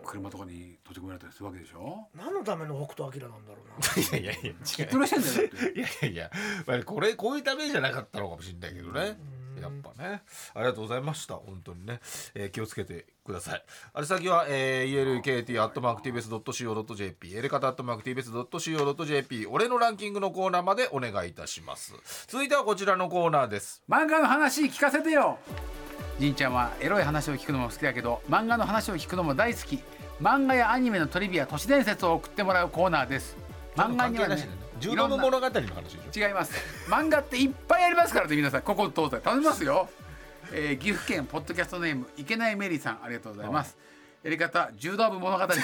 [SPEAKER 4] 車とかに閉じ込められたりするわけでしょ
[SPEAKER 2] 何のための北斗晶なんだろうな
[SPEAKER 3] いやいやいや違う
[SPEAKER 4] プロしてんだよ だって
[SPEAKER 3] いやいやいや、まあ、これこういうためじゃなかったのかもしれないけどね
[SPEAKER 2] うん
[SPEAKER 3] やっぱねありがとうございました本当にね、えー気をつけてくださいあれ先は、えー、elkt.mactvs.co.jp エレカタ .mactvs.co.jp 俺のランキングのコーナーまでお願いいたします続いてはこちらのコーナーです
[SPEAKER 4] 漫画の話聞かせてよじんちゃんはエロい話を聞くのも好きだけど漫画の話を聞くのも大好き漫画やアニメのトリビア都市伝説を送ってもらうコーナーです漫画には
[SPEAKER 3] 関係な
[SPEAKER 4] ね
[SPEAKER 3] しでね
[SPEAKER 4] い
[SPEAKER 3] 柔
[SPEAKER 4] ろ
[SPEAKER 3] 道の
[SPEAKER 4] んな
[SPEAKER 3] 物語の話でしょ
[SPEAKER 4] 違います漫画っていっぱいありますからね皆さんここ通って頼みます よ、えー岐阜県ポッドキャストネームいけないメリーさんありがとうございますやり方柔道部物語だ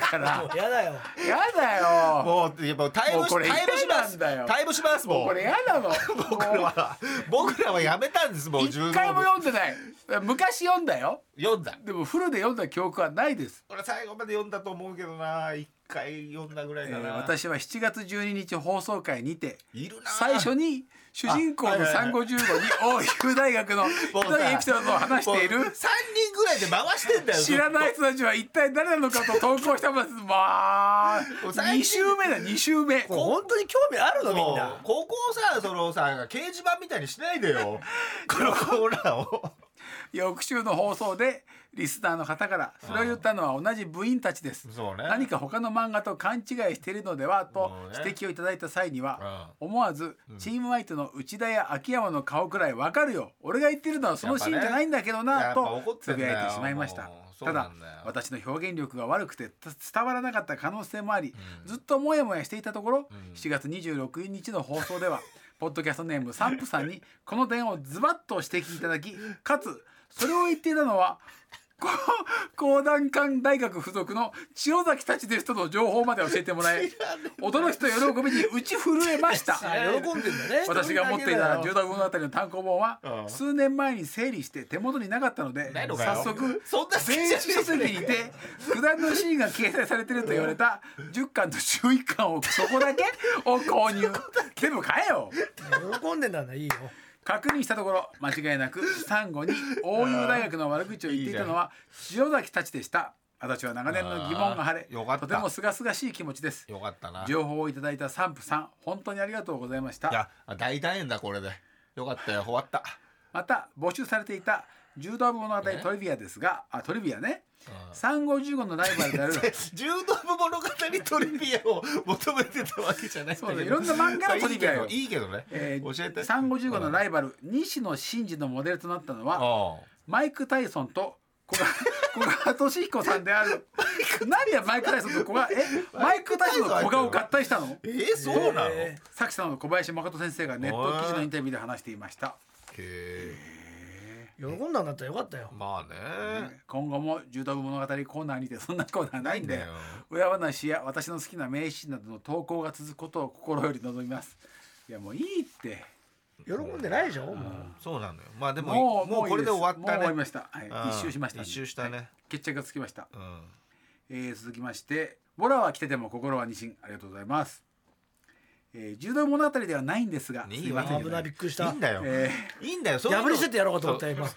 [SPEAKER 4] から
[SPEAKER 2] もうやだよ
[SPEAKER 4] やだよ
[SPEAKER 3] もうやっぱタイ
[SPEAKER 4] も
[SPEAKER 3] ム
[SPEAKER 4] う
[SPEAKER 3] し
[SPEAKER 4] これ
[SPEAKER 3] タイムします
[SPEAKER 4] 痛いんだよ
[SPEAKER 3] タイムしますもう
[SPEAKER 4] これやだもん
[SPEAKER 3] 僕らは 僕らはやめたんですもう
[SPEAKER 4] 一回も読んでない昔読んだよ
[SPEAKER 3] 読んだ
[SPEAKER 4] でもフルで読んだ記憶はないです
[SPEAKER 3] 俺最後まで読んだと思うけどな一回読んだぐらい
[SPEAKER 4] え
[SPEAKER 3] だな、
[SPEAKER 4] ー私は7月12日放送会にて
[SPEAKER 3] いるな
[SPEAKER 4] 最初に主人公の
[SPEAKER 3] あはいはい
[SPEAKER 4] 355に大湯大学のひ
[SPEAKER 3] もうさ
[SPEAKER 4] どいエピソードを話してい
[SPEAKER 3] もう
[SPEAKER 4] る
[SPEAKER 3] 3人ぐらいで回してんだよ
[SPEAKER 4] 知らないい人たちは一体誰なのかと投稿したものですまあ
[SPEAKER 3] もう最
[SPEAKER 4] 2
[SPEAKER 3] 近
[SPEAKER 4] 週目だ2週目
[SPEAKER 2] これ本当に興味あるのみんな
[SPEAKER 3] 高校さそのさ掲示板みたいにしないで よこのコーナーを
[SPEAKER 4] 翌週の放送でリスナーの方からそれを言ったのは同じ部員たちです
[SPEAKER 3] そうね
[SPEAKER 4] 何か他の漫画と勘違いしているのではと
[SPEAKER 3] もうね
[SPEAKER 4] 指摘をいただいた際には思わずチームワイトの内田や秋山の顔くらいわかるよ俺が言ってるのはそのシーンじゃないんだけど
[SPEAKER 3] や
[SPEAKER 4] な
[SPEAKER 3] っぱねやっぱ怒
[SPEAKER 4] と
[SPEAKER 3] って
[SPEAKER 4] つ
[SPEAKER 3] ん
[SPEAKER 4] ぶ
[SPEAKER 3] だよ
[SPEAKER 4] やいてしまいました
[SPEAKER 3] もうそう
[SPEAKER 4] た
[SPEAKER 3] な
[SPEAKER 4] だ
[SPEAKER 3] んだよ
[SPEAKER 4] 私の表現力が悪くてた伝わらなかった可能性もありずっとモヤモヤしていたところ7月26日の放送では ポッドキャストネームサンプさんにこの点をズバッと指摘いただきかつそれを言っていたのは こ講談館大学附属の千代崎たちですとの情報まで教えてもらい驚きと喜びに打ち震えました
[SPEAKER 2] あ喜んでんだね
[SPEAKER 4] 私が持っていた住宅物語の単行本は
[SPEAKER 3] うん
[SPEAKER 4] 数年前に整理して手元になかったので
[SPEAKER 3] ないのかよ
[SPEAKER 4] 早速
[SPEAKER 3] そんな好きじゃね
[SPEAKER 4] 電子書籍にて九段のシーンが掲載されてると言われた10巻と11巻をそこだけを購入全部買えよ
[SPEAKER 2] 喜んでんだな、いいよ
[SPEAKER 4] 確認したところ間違いなくサンゴに応用大学の悪口を言っていたのは千代崎たちでした私は長年の疑問が晴
[SPEAKER 3] あーよかっ
[SPEAKER 4] れ
[SPEAKER 3] た
[SPEAKER 4] とても清々しい気持ちです
[SPEAKER 3] よかったない
[SPEAKER 4] 情報をいただいたサンプさん本当にありがとうございました
[SPEAKER 3] や大団円だこれでよかったよ終わった
[SPEAKER 4] また募集されていた柔道部物語トリビアですがあトリビアね3515のライバルであ る
[SPEAKER 3] 柔道部物語トリビアを求めてたわけじゃないんだけど
[SPEAKER 4] そうだよいろんな漫画のトリビアよ
[SPEAKER 3] まあいいけどいいけどね、
[SPEAKER 4] えー
[SPEAKER 3] 教えて
[SPEAKER 4] 3515のライバル西野真二のモデルとなったのは
[SPEAKER 3] あ
[SPEAKER 4] マイク・タイソンと古賀古賀俊彦さんである何やマイク・タイソンと古賀えマイク・タイソンと古賀を合体したの
[SPEAKER 3] えー、そうなの、
[SPEAKER 2] えー
[SPEAKER 4] 作者の小林誠先生がネット記事のインタビューで話していました
[SPEAKER 3] へ
[SPEAKER 2] 喜んだんだったらよかったよ
[SPEAKER 3] ーまあね
[SPEAKER 4] 今後も柔道部物語コーナーにてそんなコーナーないんだよ
[SPEAKER 3] ないんだよ
[SPEAKER 4] 親話や私の好きな名シーンなどの投稿が続くことを心より望みますいやもういいって
[SPEAKER 2] 喜んでないでしょもう
[SPEAKER 3] そうなのよまあでも
[SPEAKER 4] もう
[SPEAKER 3] もうこれで終わったね
[SPEAKER 4] もう終わりました、はい
[SPEAKER 3] うん
[SPEAKER 4] 一周しましたんで
[SPEAKER 3] 一周したね
[SPEAKER 4] はい決着がつきました、
[SPEAKER 3] うん
[SPEAKER 4] えー続きまして「ボラは来てても心はニシン」ありがとうございます、えー、柔道物語ではないんですが
[SPEAKER 3] い
[SPEAKER 4] す
[SPEAKER 3] い
[SPEAKER 4] い
[SPEAKER 3] わ
[SPEAKER 4] ません
[SPEAKER 2] 危ないびっくりした
[SPEAKER 3] いいんだよ、
[SPEAKER 4] え
[SPEAKER 3] いいんだよそういうの
[SPEAKER 2] 破り捨ててやろうかと思ったよ今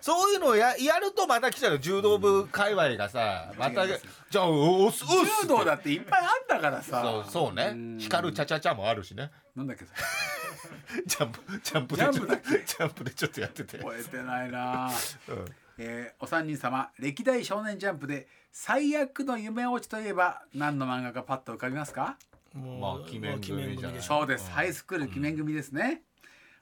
[SPEAKER 3] そういうのをややるとまた来ちゃうよ柔道部界隈がさ、また
[SPEAKER 4] 違います
[SPEAKER 3] じゃあおすお
[SPEAKER 4] ー
[SPEAKER 3] す
[SPEAKER 4] 柔道だっていっぱいあんだから
[SPEAKER 3] そ
[SPEAKER 4] さ
[SPEAKER 3] うそうね光るチャチャチャもあるしね
[SPEAKER 4] なんだっけそれ
[SPEAKER 3] ジャンプジャンプでちょっ
[SPEAKER 4] ジャンプ
[SPEAKER 3] と
[SPEAKER 4] だっけ
[SPEAKER 3] ジャンプでちょっとやってて、
[SPEAKER 4] 覚えてないなぁ
[SPEAKER 3] うん
[SPEAKER 4] えーお三人様歴代少年ジャンプで最悪の夢落ちといえば何の漫画がパッと浮かびますか
[SPEAKER 3] まあ
[SPEAKER 2] もう
[SPEAKER 3] 鬼面組じゃない
[SPEAKER 2] でしょ
[SPEAKER 4] そうです、ハイスクール鬼面組ですね、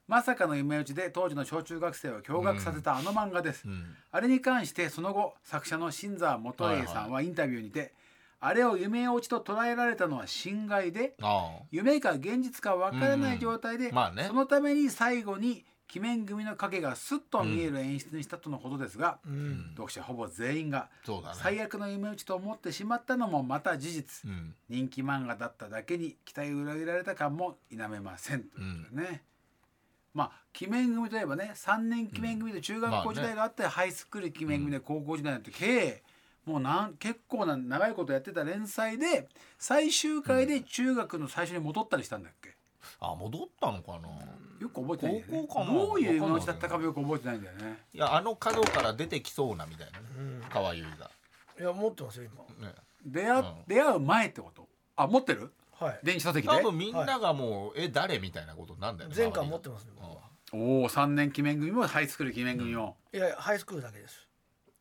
[SPEAKER 4] まさかの夢落ちで当時の小中学生を驚愕させたあの漫画です、
[SPEAKER 3] うん
[SPEAKER 4] あれに関してその後作者の新澤元栄さんはインタビューにて、あれを夢落ちと捉えられたのは心外で
[SPEAKER 3] あ
[SPEAKER 4] 夢か現実か分からない状態で、
[SPEAKER 3] うんまあね
[SPEAKER 4] そのために最後に鬼面組の影がスッと見える演出にしたとのことですが、
[SPEAKER 2] うん
[SPEAKER 4] 読者ほぼ全員が
[SPEAKER 3] そうだね
[SPEAKER 4] 最悪の夢打ちと思ってしまったのもまた事実、
[SPEAKER 3] あうん
[SPEAKER 4] 人気漫画だっただけに期待を裏切られた感も否めませんということでね、まあ鬼面組といえばね3年鬼面組で中学校時代があって、ハイスクール鬼面組で高校時代になって計、もうなん結構な長いことやってた連載で最終回で中学の最初に戻ったりしたんだっけ、
[SPEAKER 3] あ戻ったのかな、
[SPEAKER 4] よく覚えてないんだよね
[SPEAKER 3] 高校かな
[SPEAKER 4] どういう命だったかもよく覚えてないんだよね
[SPEAKER 3] いやあの角から出てきそうなみたいなね
[SPEAKER 2] うん
[SPEAKER 3] 川由衣が、
[SPEAKER 2] いや持ってますよ今
[SPEAKER 3] ね、
[SPEAKER 4] 出会,、
[SPEAKER 3] うん
[SPEAKER 4] 出会う前ってことあ持ってる
[SPEAKER 2] はい
[SPEAKER 4] 電子書籍で
[SPEAKER 3] 多分みんながもう、え誰みたいなことになんだよね
[SPEAKER 2] 前回
[SPEAKER 3] 周りが
[SPEAKER 2] 持ってますね僕は
[SPEAKER 4] おお3年記念組もハイスクール記念組も、
[SPEAKER 2] いやハイスクールだけです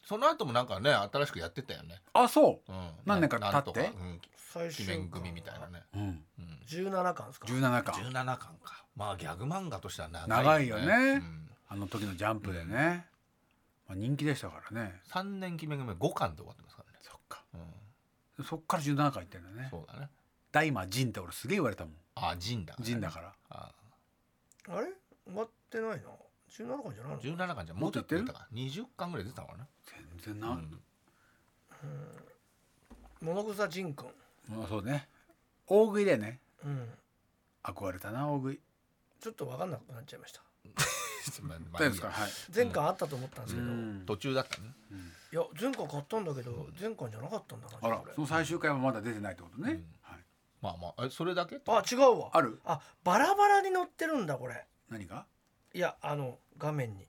[SPEAKER 3] その後もなんかね新しくやってたよね、
[SPEAKER 4] あそ
[SPEAKER 3] うん、
[SPEAKER 4] 何年か
[SPEAKER 3] なんと
[SPEAKER 4] 経って
[SPEAKER 3] うん、
[SPEAKER 2] 最
[SPEAKER 3] 記
[SPEAKER 2] 終
[SPEAKER 3] 念組みたいなね、
[SPEAKER 4] う、うん、
[SPEAKER 3] うん、
[SPEAKER 2] 17巻ですか
[SPEAKER 4] 17巻
[SPEAKER 3] 17巻かまあギャグ漫画としては長い
[SPEAKER 4] 長いよねあの時のジャンプでね、まあ、人気でしたからね
[SPEAKER 3] 3年決め組5巻で終わってますからね
[SPEAKER 4] そっか
[SPEAKER 3] う
[SPEAKER 4] そっから17回行ってんだ
[SPEAKER 3] ん
[SPEAKER 4] ね
[SPEAKER 3] そうだね
[SPEAKER 4] 大魔神って俺すげえ言われたもん
[SPEAKER 3] あ陣だからね
[SPEAKER 4] 神だから
[SPEAKER 3] あ
[SPEAKER 2] あれ終わってないな17巻じゃないの
[SPEAKER 3] 17巻じゃも
[SPEAKER 4] も
[SPEAKER 3] う
[SPEAKER 4] っ
[SPEAKER 3] ち
[SPEAKER 4] と
[SPEAKER 3] ょっ
[SPEAKER 4] い
[SPEAKER 3] と
[SPEAKER 4] って
[SPEAKER 3] 出
[SPEAKER 4] る
[SPEAKER 3] たか20巻ぐらい出たのかな
[SPEAKER 4] 全然な、
[SPEAKER 3] うん
[SPEAKER 2] 物草仁君
[SPEAKER 4] まあそうね大食いだよね
[SPEAKER 2] うん
[SPEAKER 4] 憧れたな大食い
[SPEAKER 2] ちょっと分かんなくなっちゃいました
[SPEAKER 3] まあまあ
[SPEAKER 4] ど
[SPEAKER 3] いうい
[SPEAKER 4] ですか
[SPEAKER 3] や
[SPEAKER 4] はい
[SPEAKER 2] 前回あったと思ったんですけど、
[SPEAKER 4] うん
[SPEAKER 3] 途中だったね
[SPEAKER 2] いや前回買ったんだけど前回じゃなかったんだな
[SPEAKER 4] あら
[SPEAKER 2] これ
[SPEAKER 4] その最終回はまだ出てないってことね、
[SPEAKER 3] うん
[SPEAKER 4] はい、
[SPEAKER 3] まあまあえそれだけ
[SPEAKER 2] あ違うわ
[SPEAKER 4] ある
[SPEAKER 2] あバラバラに載ってるんだこれ
[SPEAKER 4] 何が
[SPEAKER 2] いやあの画面に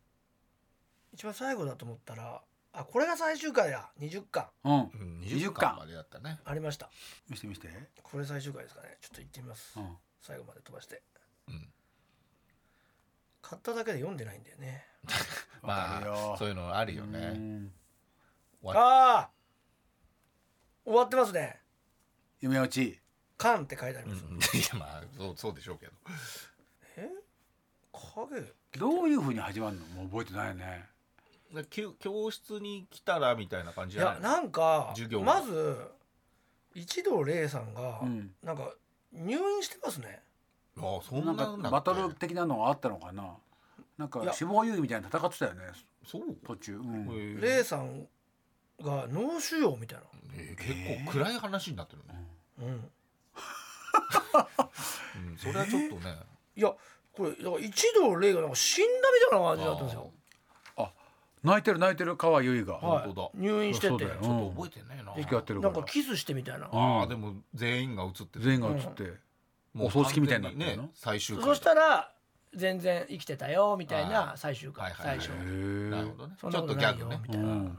[SPEAKER 2] 一番最後だと思ったらあこれが最終回や20巻
[SPEAKER 4] うん
[SPEAKER 3] うん
[SPEAKER 4] 20
[SPEAKER 3] 20
[SPEAKER 4] 巻
[SPEAKER 3] 巻までだったね
[SPEAKER 2] ありました
[SPEAKER 4] 見して見して、
[SPEAKER 2] これ最終回ですかねちょっと行ってみます、
[SPEAKER 4] うん、
[SPEAKER 2] 最後まで飛ばして
[SPEAKER 3] うん
[SPEAKER 2] 買っただけで読んでないんだよね
[SPEAKER 3] ま
[SPEAKER 4] わかるよ
[SPEAKER 3] あそういうのあるよ
[SPEAKER 4] う
[SPEAKER 3] ね
[SPEAKER 4] ん
[SPEAKER 3] 終わっ
[SPEAKER 2] ああ終わってますね
[SPEAKER 4] 夢落ち
[SPEAKER 2] 「缶」って書いてあり
[SPEAKER 3] うん
[SPEAKER 2] ま
[SPEAKER 3] い
[SPEAKER 2] す、
[SPEAKER 3] やまあそうそうでしょうけど
[SPEAKER 2] え影
[SPEAKER 4] どういうふうに始まるのもう覚えてないね
[SPEAKER 3] でき教室に来たらみたいな感じ
[SPEAKER 2] い
[SPEAKER 3] じ
[SPEAKER 2] や
[SPEAKER 3] ゃないの
[SPEAKER 2] なんか
[SPEAKER 3] 授業が
[SPEAKER 2] まず一同礼さんが、
[SPEAKER 4] うん
[SPEAKER 2] なんか入院してますね
[SPEAKER 3] あそんな
[SPEAKER 4] な
[SPEAKER 3] んん
[SPEAKER 4] か
[SPEAKER 3] だ
[SPEAKER 4] バトル的なのがあったのかななんか
[SPEAKER 2] いや
[SPEAKER 4] 死亡遊戯みたいなの戦ってたよね
[SPEAKER 3] そう
[SPEAKER 4] 途中、うん
[SPEAKER 3] へえ
[SPEAKER 2] 礼さんが脳腫瘍みたい
[SPEAKER 3] えー結構暗い話になってるね、
[SPEAKER 2] なうん
[SPEAKER 3] うん、それはちょっとね、
[SPEAKER 2] いやこれだから一同礼がなんか死んだみたいな感じだったんですよ
[SPEAKER 4] 泣いてる泣いてる川由衣が、
[SPEAKER 3] あー本当だ
[SPEAKER 2] はい入院して
[SPEAKER 4] そう
[SPEAKER 2] て
[SPEAKER 4] だよ
[SPEAKER 3] ちょっと覚えてねえな、
[SPEAKER 4] 意識合ってるか
[SPEAKER 2] な
[SPEAKER 4] ら
[SPEAKER 2] んかキスしてみたいな
[SPEAKER 3] ああでも全員が映ってる
[SPEAKER 4] 全員が映って、
[SPEAKER 3] もう
[SPEAKER 4] お葬式みたいになってるの
[SPEAKER 3] 完全ね最終回
[SPEAKER 2] そしたら全然生きてたよみたい
[SPEAKER 3] あ
[SPEAKER 2] な
[SPEAKER 3] ー
[SPEAKER 2] 最終
[SPEAKER 3] は
[SPEAKER 2] 回
[SPEAKER 3] いはい
[SPEAKER 2] 最
[SPEAKER 3] はい
[SPEAKER 2] 初
[SPEAKER 4] へえ
[SPEAKER 3] なるほどねち
[SPEAKER 2] そ
[SPEAKER 3] ょ
[SPEAKER 2] ん
[SPEAKER 3] っ
[SPEAKER 2] なこと
[SPEAKER 3] とギ
[SPEAKER 2] な
[SPEAKER 3] ャ
[SPEAKER 2] い
[SPEAKER 3] グ
[SPEAKER 2] よ
[SPEAKER 3] ね
[SPEAKER 2] みたいな、
[SPEAKER 4] う
[SPEAKER 2] うんん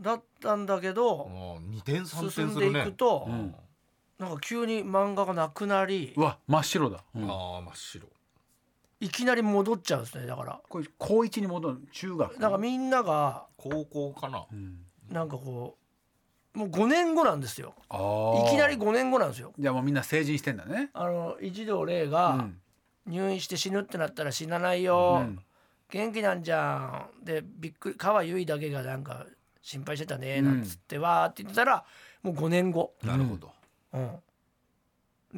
[SPEAKER 2] だったんだけど
[SPEAKER 3] もう二点
[SPEAKER 2] 進
[SPEAKER 3] 三点
[SPEAKER 2] ん
[SPEAKER 3] す
[SPEAKER 2] で
[SPEAKER 3] る
[SPEAKER 2] い
[SPEAKER 3] ね
[SPEAKER 2] くと、
[SPEAKER 4] うん
[SPEAKER 2] なんか急に漫画がなくなり
[SPEAKER 4] うわ真っ白だ、うん
[SPEAKER 3] ああ真っ白
[SPEAKER 2] いきなり戻っちゃうんですねだから
[SPEAKER 4] これ高一に戻る中学
[SPEAKER 2] なんかみんなが
[SPEAKER 3] 高校かな
[SPEAKER 4] うん
[SPEAKER 2] なんかこうもう5年後なんですよ
[SPEAKER 4] あ
[SPEAKER 2] い
[SPEAKER 4] ー
[SPEAKER 2] きなり5年後なんですよ
[SPEAKER 4] じゃあもうみんな成人してんだね
[SPEAKER 2] あの一同霊
[SPEAKER 4] う
[SPEAKER 2] が
[SPEAKER 4] ん
[SPEAKER 2] 入院して死ぬってなったら死なないうよ、
[SPEAKER 4] ん
[SPEAKER 2] 元気なんじゃんでびっくり川由衣だけがなんか心配してたねなんつってわーって言ってたらもう5年後、
[SPEAKER 3] なるほど
[SPEAKER 2] うん、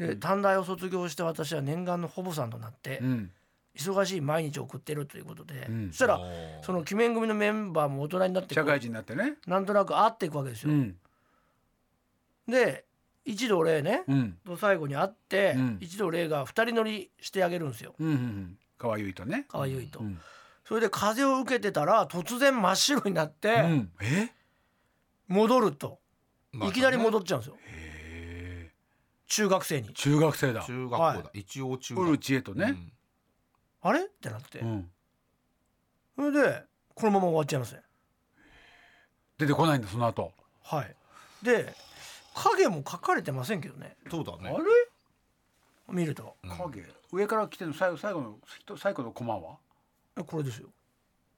[SPEAKER 2] で短大を卒業して私は念願の保母さんとなって
[SPEAKER 4] うん
[SPEAKER 2] 忙しい毎日を送ってるということで、
[SPEAKER 4] うん
[SPEAKER 2] そしたら
[SPEAKER 3] おー
[SPEAKER 2] その鬼面組のメンバーも大人になってこ
[SPEAKER 4] 社
[SPEAKER 2] う
[SPEAKER 4] 会人になってね
[SPEAKER 2] なんとなく会っていくわけです
[SPEAKER 4] う
[SPEAKER 2] よ。
[SPEAKER 4] ん
[SPEAKER 2] で一度霊ね、
[SPEAKER 4] うん
[SPEAKER 2] と最後に会って、
[SPEAKER 4] うん
[SPEAKER 2] 一度霊が二人乗りしてあげるんですよ
[SPEAKER 4] うんうんうん川由衣とね
[SPEAKER 2] 川由衣と、
[SPEAKER 4] うん
[SPEAKER 2] それで風を受けてたら突然真っ白になっ
[SPEAKER 4] う
[SPEAKER 2] て
[SPEAKER 4] んえ
[SPEAKER 2] 戻ると、
[SPEAKER 3] まあ
[SPEAKER 2] いきなり戻っちゃうんですよ
[SPEAKER 4] へ
[SPEAKER 2] 中学生に
[SPEAKER 4] ー中学生だ
[SPEAKER 3] 中学校だ一応中
[SPEAKER 4] ウル
[SPEAKER 3] 学
[SPEAKER 4] チエとね
[SPEAKER 2] あれってなって、
[SPEAKER 4] うん
[SPEAKER 2] それでこのまま終わっちゃいますね
[SPEAKER 4] 出てこないんだその後
[SPEAKER 2] はいで影も描かれてませんけどね
[SPEAKER 3] そうだ
[SPEAKER 4] あ
[SPEAKER 3] ね
[SPEAKER 4] れ
[SPEAKER 2] 見ると
[SPEAKER 3] うん
[SPEAKER 4] 影上から来てるの最後最後の最後のコマは
[SPEAKER 2] えこれですよ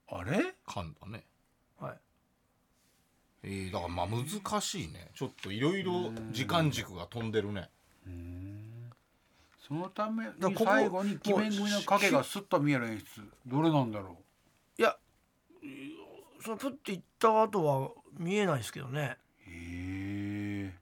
[SPEAKER 4] あれ
[SPEAKER 3] 缶だね
[SPEAKER 2] はい
[SPEAKER 3] えー、だからまあ難しいねちょっといろいろ時間軸が飛んでるね
[SPEAKER 4] そのため
[SPEAKER 2] らこ
[SPEAKER 4] に
[SPEAKER 2] こ
[SPEAKER 4] 最後に鬼面組の影がスッと見える演出どれなんだろ
[SPEAKER 2] いやえーそのプッて行った後は見えないですけどね
[SPEAKER 4] うへえ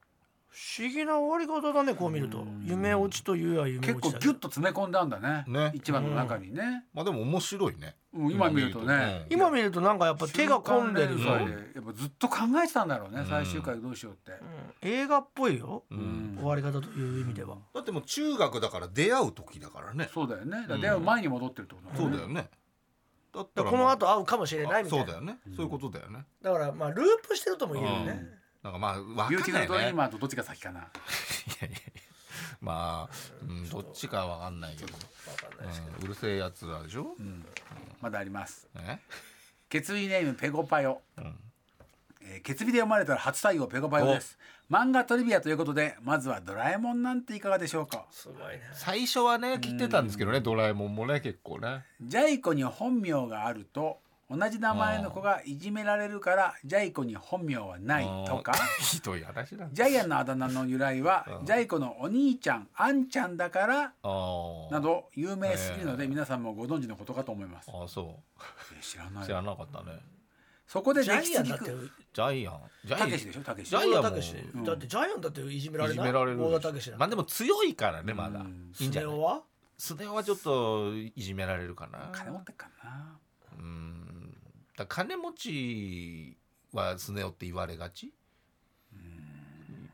[SPEAKER 2] 不思議な終わり方だねこう見ると夢落ちというや夢落
[SPEAKER 4] 結構
[SPEAKER 2] ちだけ
[SPEAKER 4] ギュ
[SPEAKER 2] ど
[SPEAKER 4] ッと詰め込んだんだね
[SPEAKER 3] ね
[SPEAKER 4] 一番の中にね、
[SPEAKER 3] まあでも面白いね
[SPEAKER 4] うん今見るとね
[SPEAKER 3] うん
[SPEAKER 2] 今見るとなんかやっぱ手が込んでる
[SPEAKER 4] 瞬
[SPEAKER 2] ぞ、
[SPEAKER 4] 間連載でやっぱずっと考えてたんだろうね、最終回どうしようって、
[SPEAKER 2] うん映画っぽいよ、
[SPEAKER 3] うん
[SPEAKER 2] 終わり方という意味では、
[SPEAKER 3] だってもう中学だから出会う時だからね
[SPEAKER 4] そうだよねだから出会う前に戻ってるってことだ
[SPEAKER 3] そ
[SPEAKER 4] よ
[SPEAKER 3] う
[SPEAKER 4] ね
[SPEAKER 3] だよね。だった
[SPEAKER 2] だか
[SPEAKER 3] ら
[SPEAKER 2] らこの
[SPEAKER 3] まあ
[SPEAKER 2] 後会うかもしれないみたいな
[SPEAKER 3] そうだよねそういうことだよね、
[SPEAKER 2] だからまあループしてるとも言えるよね、
[SPEAKER 3] なんかまあわかん
[SPEAKER 4] ビューティ
[SPEAKER 3] な
[SPEAKER 4] フ
[SPEAKER 3] いね
[SPEAKER 4] ルドリーマーとどっちが先かな。
[SPEAKER 3] いやいやいやまあ、うん、どっちかわかんないけど、
[SPEAKER 2] わかんないですけど、
[SPEAKER 3] うん、うるせえやつらでしょ、
[SPEAKER 4] まだあります。
[SPEAKER 3] ね
[SPEAKER 4] 決意ネームペコパヨ。えー、決意で読まれたら初採用ペコパヨです。漫画トリビアということで、まずはドラえもんなんていかがでしょうか。
[SPEAKER 2] すごいね
[SPEAKER 3] 最初はね聞いてたんですけどね、ドラえもんもね結構ね
[SPEAKER 4] ジャイ子に本名があると同じ名前の子がいじめられるからジャイ子に本名はないとか
[SPEAKER 3] あー ひどい話なんだ
[SPEAKER 4] ジャイアンのあだ名の由来はジャイ子のお兄ちゃんアンちゃんだから
[SPEAKER 3] あー
[SPEAKER 4] など有名すぎるの
[SPEAKER 3] へ
[SPEAKER 4] で
[SPEAKER 3] ー
[SPEAKER 4] 皆さんもご存知のことかと思います
[SPEAKER 3] あーそ
[SPEAKER 4] え知ら
[SPEAKER 3] う
[SPEAKER 4] ない
[SPEAKER 3] 知らなかったね
[SPEAKER 4] そこで
[SPEAKER 2] ジャ
[SPEAKER 4] 歴
[SPEAKER 2] イア
[SPEAKER 4] 史
[SPEAKER 2] ンだ
[SPEAKER 4] 聞
[SPEAKER 2] って
[SPEAKER 4] く
[SPEAKER 3] ジャイアンジャイ
[SPEAKER 4] たけしでしょたけし
[SPEAKER 3] ジャイアンも
[SPEAKER 2] たけしでだってジャイアンだっていじめら
[SPEAKER 3] い
[SPEAKER 2] れ
[SPEAKER 3] じ
[SPEAKER 2] ない
[SPEAKER 3] められるでしょ
[SPEAKER 2] 大田たけしだ
[SPEAKER 3] まあでも強いからねまだ
[SPEAKER 4] うん
[SPEAKER 3] いいんじゃ
[SPEAKER 2] スネ
[SPEAKER 3] ない
[SPEAKER 2] 夫は
[SPEAKER 3] スネ夫はちょっといじめられるかな
[SPEAKER 4] 金持ってっからな
[SPEAKER 3] うんだから金持ちはスネ夫って言われがちうん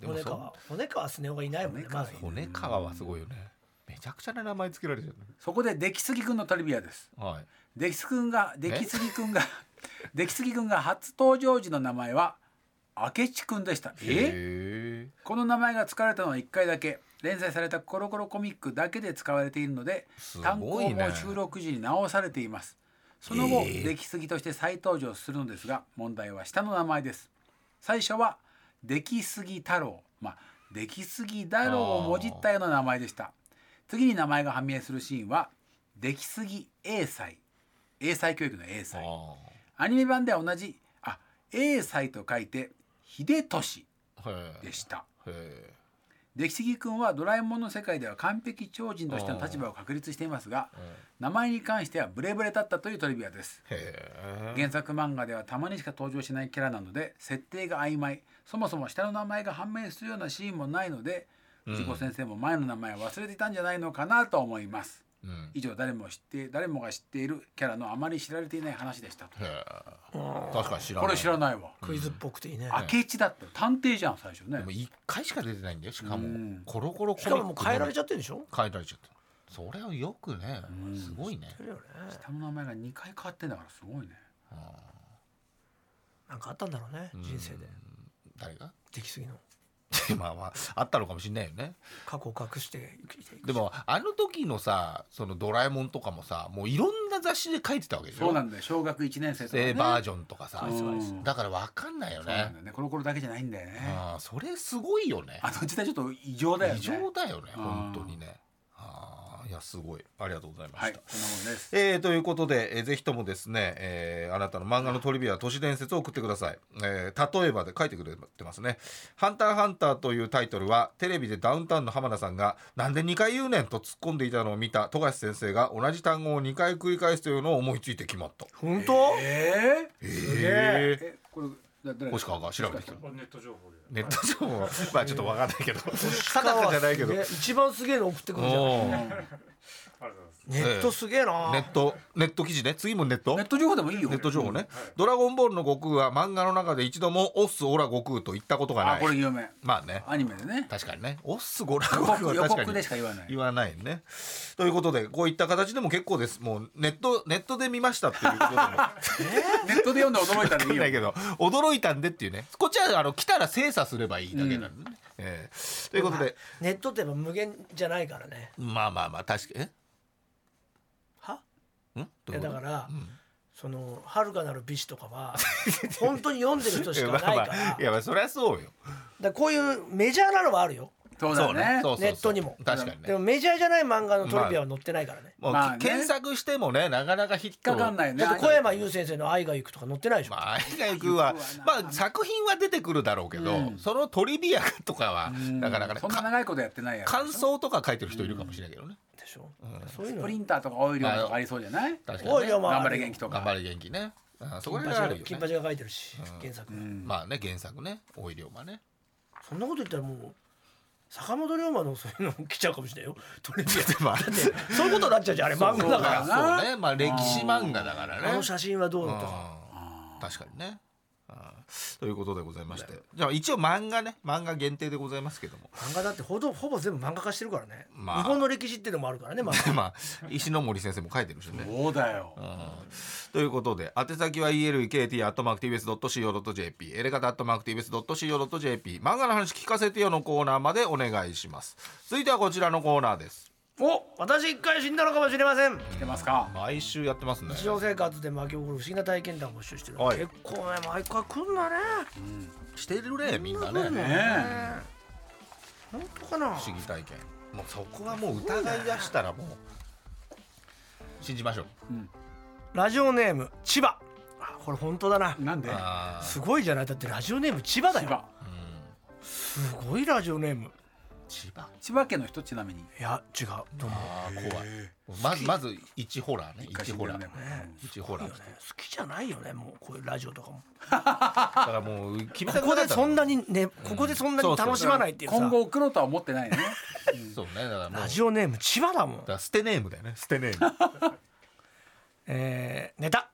[SPEAKER 3] でも
[SPEAKER 2] 骨
[SPEAKER 3] そう
[SPEAKER 2] 川骨川スネ夫がいないもんね
[SPEAKER 4] 骨
[SPEAKER 2] ま
[SPEAKER 4] 川
[SPEAKER 2] ず
[SPEAKER 3] 骨川はすごいよねめちゃくちゃな名前つけられちゃうね
[SPEAKER 4] そこで出来すぎくんのトリビアです
[SPEAKER 3] はい
[SPEAKER 4] 出来すぎくんが出来すぎくんが出来すぎくんが初登場時の名前は明智くんでしたえ
[SPEAKER 3] へー
[SPEAKER 4] この名前が使われたのは1回だけ連載されたコロコロコミックだけで使われているのです
[SPEAKER 3] ごいね
[SPEAKER 4] 単行本収録時に直されていますその後、
[SPEAKER 3] えー
[SPEAKER 4] 出来すぎとして再登場するのですが問題は下の名前です最初は出来すぎ太郎まあ出来すぎだろうをもじったような名前でした次に名前が判明するシーンは出来すぎ英才英才教育の英才
[SPEAKER 3] あ
[SPEAKER 4] アニメ版では同じあ英才と書いて秀俊
[SPEAKER 3] ーへー
[SPEAKER 4] でした
[SPEAKER 3] へ
[SPEAKER 4] 出来すぎくんはドラえもんの世界では完璧超人としての立場を確立していますが名前に関してはブレブレだったというトリビアです
[SPEAKER 3] ーへー
[SPEAKER 4] 原作漫画ではたまにしか登場しないキャラなので設定が曖昧そもそも下の名前が判明するようなシーンもないので藤子先生も前の名前を忘れていたんじゃないのかなと思います
[SPEAKER 3] うん
[SPEAKER 4] 以上誰も知って誰もが知っているキャラのあまり知られていない話でしたと
[SPEAKER 3] へー確かに知ら
[SPEAKER 4] こ
[SPEAKER 3] ない
[SPEAKER 4] れ知らないわ
[SPEAKER 2] クイズっぽくていいね
[SPEAKER 4] 明智だった探偵じゃん最初ね
[SPEAKER 3] でも一回しか出てないんだよしか
[SPEAKER 4] うん
[SPEAKER 3] もコロコロコミッ
[SPEAKER 2] し
[SPEAKER 3] ク
[SPEAKER 2] かももう変えられち
[SPEAKER 3] ゃ
[SPEAKER 2] ゃってるでしょ
[SPEAKER 3] 変えられちゃったそれをよくねすごいね
[SPEAKER 2] だよね
[SPEAKER 4] 下の名前が2回変わってんだからすごいね
[SPEAKER 2] なんかあったんだろうね人生で
[SPEAKER 3] 誰が
[SPEAKER 2] 出来すぎの
[SPEAKER 3] まあまああったのかもしれないよね
[SPEAKER 2] 過去を隠して生きていく
[SPEAKER 3] でもあの時のさそのドラえもんとかもさもういろんな雑誌で書いてたわけでしょ
[SPEAKER 4] そうなんだよ小学1年生とか
[SPEAKER 3] え
[SPEAKER 4] ね
[SPEAKER 3] ーバージョンとかさ
[SPEAKER 4] うん
[SPEAKER 3] だから分かんないよ
[SPEAKER 4] そうなん
[SPEAKER 3] ね
[SPEAKER 4] だよねコロコロだけじゃないんだよね
[SPEAKER 3] あーそれすごいよね
[SPEAKER 4] あの時代ちょっと異常だよね
[SPEAKER 3] 異常だよね
[SPEAKER 4] うん
[SPEAKER 3] 本当にねあーいやすごいありがとうございま
[SPEAKER 4] は
[SPEAKER 3] し
[SPEAKER 4] い
[SPEAKER 3] た
[SPEAKER 4] こんなもんです
[SPEAKER 3] えーということで、えーぜひともですね、えーあなたの漫画のトリビア、都市伝説を送ってください。えー例えばで書いてくれてますね。ハンターハンターというタイトルは、テレビでダウンタウンの浜田さんが、なんで2回言うねんと突っ込んでいたのを見た富樫先生が、同じ単語を2回繰り返すというのを思いついて決まった。
[SPEAKER 2] 本当
[SPEAKER 4] えー、
[SPEAKER 3] え
[SPEAKER 4] えこれだ誰
[SPEAKER 3] 星川が調べてきた
[SPEAKER 4] 星。
[SPEAKER 5] ネット情報で
[SPEAKER 3] ネット 上も、まあちょっとわかんないけど、定かじゃないけど。
[SPEAKER 2] すげえ一番すげえの送ってくるじゃん
[SPEAKER 3] おー
[SPEAKER 5] ありがとうございます
[SPEAKER 2] ネットすげえな
[SPEAKER 3] ネット、ネット記事ね。次もネット
[SPEAKER 4] 川ネット情報でもいいよ
[SPEAKER 3] ネット情報ね、ドラゴンボールの悟空は漫画の中で一度も「オッスオラ悟空」と言ったことが
[SPEAKER 4] あ
[SPEAKER 3] ない
[SPEAKER 4] これ有名
[SPEAKER 3] まあね
[SPEAKER 4] アニメでね
[SPEAKER 3] 確かにね「オッスオラ
[SPEAKER 4] 予
[SPEAKER 3] 悟空」
[SPEAKER 4] 告
[SPEAKER 3] は
[SPEAKER 4] 予
[SPEAKER 3] 確か
[SPEAKER 4] 告で
[SPEAKER 3] に
[SPEAKER 4] しか言わない
[SPEAKER 3] 言わないねということでこういった形でも結構ですもうネットネットで見ましたっていうことで も
[SPEAKER 4] ネットで読んで驚いたらいい
[SPEAKER 3] いいん
[SPEAKER 4] よ
[SPEAKER 3] だけど驚いたんでっていうねこっちはあの来たら精査すればいいだけなんでね、えーということで
[SPEAKER 2] ネットってやっぱ無限じゃないからね
[SPEAKER 3] まあまあまあ確かに
[SPEAKER 2] は
[SPEAKER 3] えんど
[SPEAKER 2] いう
[SPEAKER 3] い
[SPEAKER 2] や
[SPEAKER 3] う
[SPEAKER 2] だ
[SPEAKER 3] こと
[SPEAKER 2] から、その遥かなる美子とかは 本当に読んでる人しかない
[SPEAKER 3] いや
[SPEAKER 2] か
[SPEAKER 3] ま
[SPEAKER 2] ら,、
[SPEAKER 3] あまあいやまあそりゃそう
[SPEAKER 2] だ
[SPEAKER 3] よ
[SPEAKER 2] からこういうメジャーなのはあるよ
[SPEAKER 4] そうだよね
[SPEAKER 3] そうそうそう
[SPEAKER 2] ネットにも
[SPEAKER 3] 確かにね
[SPEAKER 2] でもメジャーじゃない漫画のトリビアは載ってないからね、
[SPEAKER 3] もう、
[SPEAKER 4] まあね
[SPEAKER 3] 検索してもねなかなか引っ
[SPEAKER 4] 引っかかんないよね
[SPEAKER 2] だって小山優先生の「愛がゆく」とか載ってないでしょ、
[SPEAKER 3] まあ、愛が行くは
[SPEAKER 4] 行くわな
[SPEAKER 3] まあ、作品は出てくるだろうけど、そのトリビアとかは、なかなかね
[SPEAKER 4] そんな
[SPEAKER 3] か
[SPEAKER 4] 長いことやってないやつ
[SPEAKER 3] 感想とか書いてる人いるかもしれないけどね、
[SPEAKER 2] でしょ、そういう
[SPEAKER 4] プ
[SPEAKER 2] の
[SPEAKER 4] リンターとかオイルとかありそうじゃない
[SPEAKER 3] 確か
[SPEAKER 2] お
[SPEAKER 3] に、
[SPEAKER 2] い
[SPEAKER 3] ね
[SPEAKER 2] よ、まあ
[SPEAKER 4] 頑張れ元気と
[SPEAKER 3] 頑
[SPEAKER 4] か
[SPEAKER 3] 張れ元気ねあそこ
[SPEAKER 2] 金
[SPEAKER 3] ら
[SPEAKER 2] 八
[SPEAKER 3] 辺は
[SPEAKER 2] が
[SPEAKER 3] ある
[SPEAKER 2] 金
[SPEAKER 3] よ、ね、
[SPEAKER 2] 八が書いてるし、原作、
[SPEAKER 3] まあね原作ね大井龍馬ね
[SPEAKER 2] そんなこと言ったらもう坂本龍馬のそういうの来ちゃうかもしれないよトリビア
[SPEAKER 3] まあ
[SPEAKER 2] だっ てそういうことになっちゃうじゃんあれ漫画だ
[SPEAKER 4] そう
[SPEAKER 2] か
[SPEAKER 4] だ
[SPEAKER 3] そうねまあ歴史漫画だから
[SPEAKER 2] らあ
[SPEAKER 3] ね
[SPEAKER 2] の写真はどうのとか
[SPEAKER 3] うん確かにねうんということでございましてじゃあ一応漫画ね漫画限定でございますけども
[SPEAKER 2] 漫画だってほどほぼ全部漫画化してるからね、
[SPEAKER 3] まあ
[SPEAKER 2] 日本の歴史っていうのもあるからね漫画
[SPEAKER 3] まあ石ノ森先生も書いてるしね
[SPEAKER 4] そうだよ。
[SPEAKER 3] ということで宛先は elkt.tbs.co.jp エレガタ .tbs.co.jp 漫画の話聞かせてよのコーナーまでお願いします続いてはこちらのコーナーです
[SPEAKER 2] お私一回死んだのかもしれません
[SPEAKER 4] 来てますか。
[SPEAKER 3] 毎週やってますね
[SPEAKER 2] 日常生活で巻き起こる不思議な体験談を募集してる、
[SPEAKER 3] はい
[SPEAKER 2] 結構ね毎回来んだね
[SPEAKER 3] してるねみんな
[SPEAKER 2] 来る
[SPEAKER 3] ね
[SPEAKER 2] ね
[SPEAKER 4] ね
[SPEAKER 2] 本当かな
[SPEAKER 3] 不思議体験もうそこはもう疑い出したらもう信じましょう
[SPEAKER 2] ラジオネーム千葉あこれ本当だな
[SPEAKER 4] なんで。
[SPEAKER 3] あー
[SPEAKER 2] すごいじゃないだってラジオネーム千葉だ
[SPEAKER 4] 千
[SPEAKER 2] よ
[SPEAKER 4] 葉。
[SPEAKER 2] すごいラジオネーム
[SPEAKER 3] 千葉
[SPEAKER 4] 千葉県の人ちなみに。
[SPEAKER 2] いや違うどうも
[SPEAKER 3] あー怖いまずまず一ホラーね一ホラー
[SPEAKER 4] 昔のね
[SPEAKER 3] 一ホラー
[SPEAKER 2] ね好きじゃないよねもうこういうラジオとかも
[SPEAKER 3] だからもう決めた
[SPEAKER 2] こ
[SPEAKER 3] く
[SPEAKER 2] こ
[SPEAKER 3] なかっ
[SPEAKER 2] で
[SPEAKER 3] た
[SPEAKER 2] そんなにねここでそんな
[SPEAKER 3] そう
[SPEAKER 2] に
[SPEAKER 3] そう
[SPEAKER 2] 楽しまないっていうさ
[SPEAKER 4] 今後送ろうとは思ってないね。
[SPEAKER 3] そうねだからもう
[SPEAKER 2] ラジオネーム千葉だもん
[SPEAKER 3] だから捨てネームだよね捨てネーム
[SPEAKER 2] えー、ネタ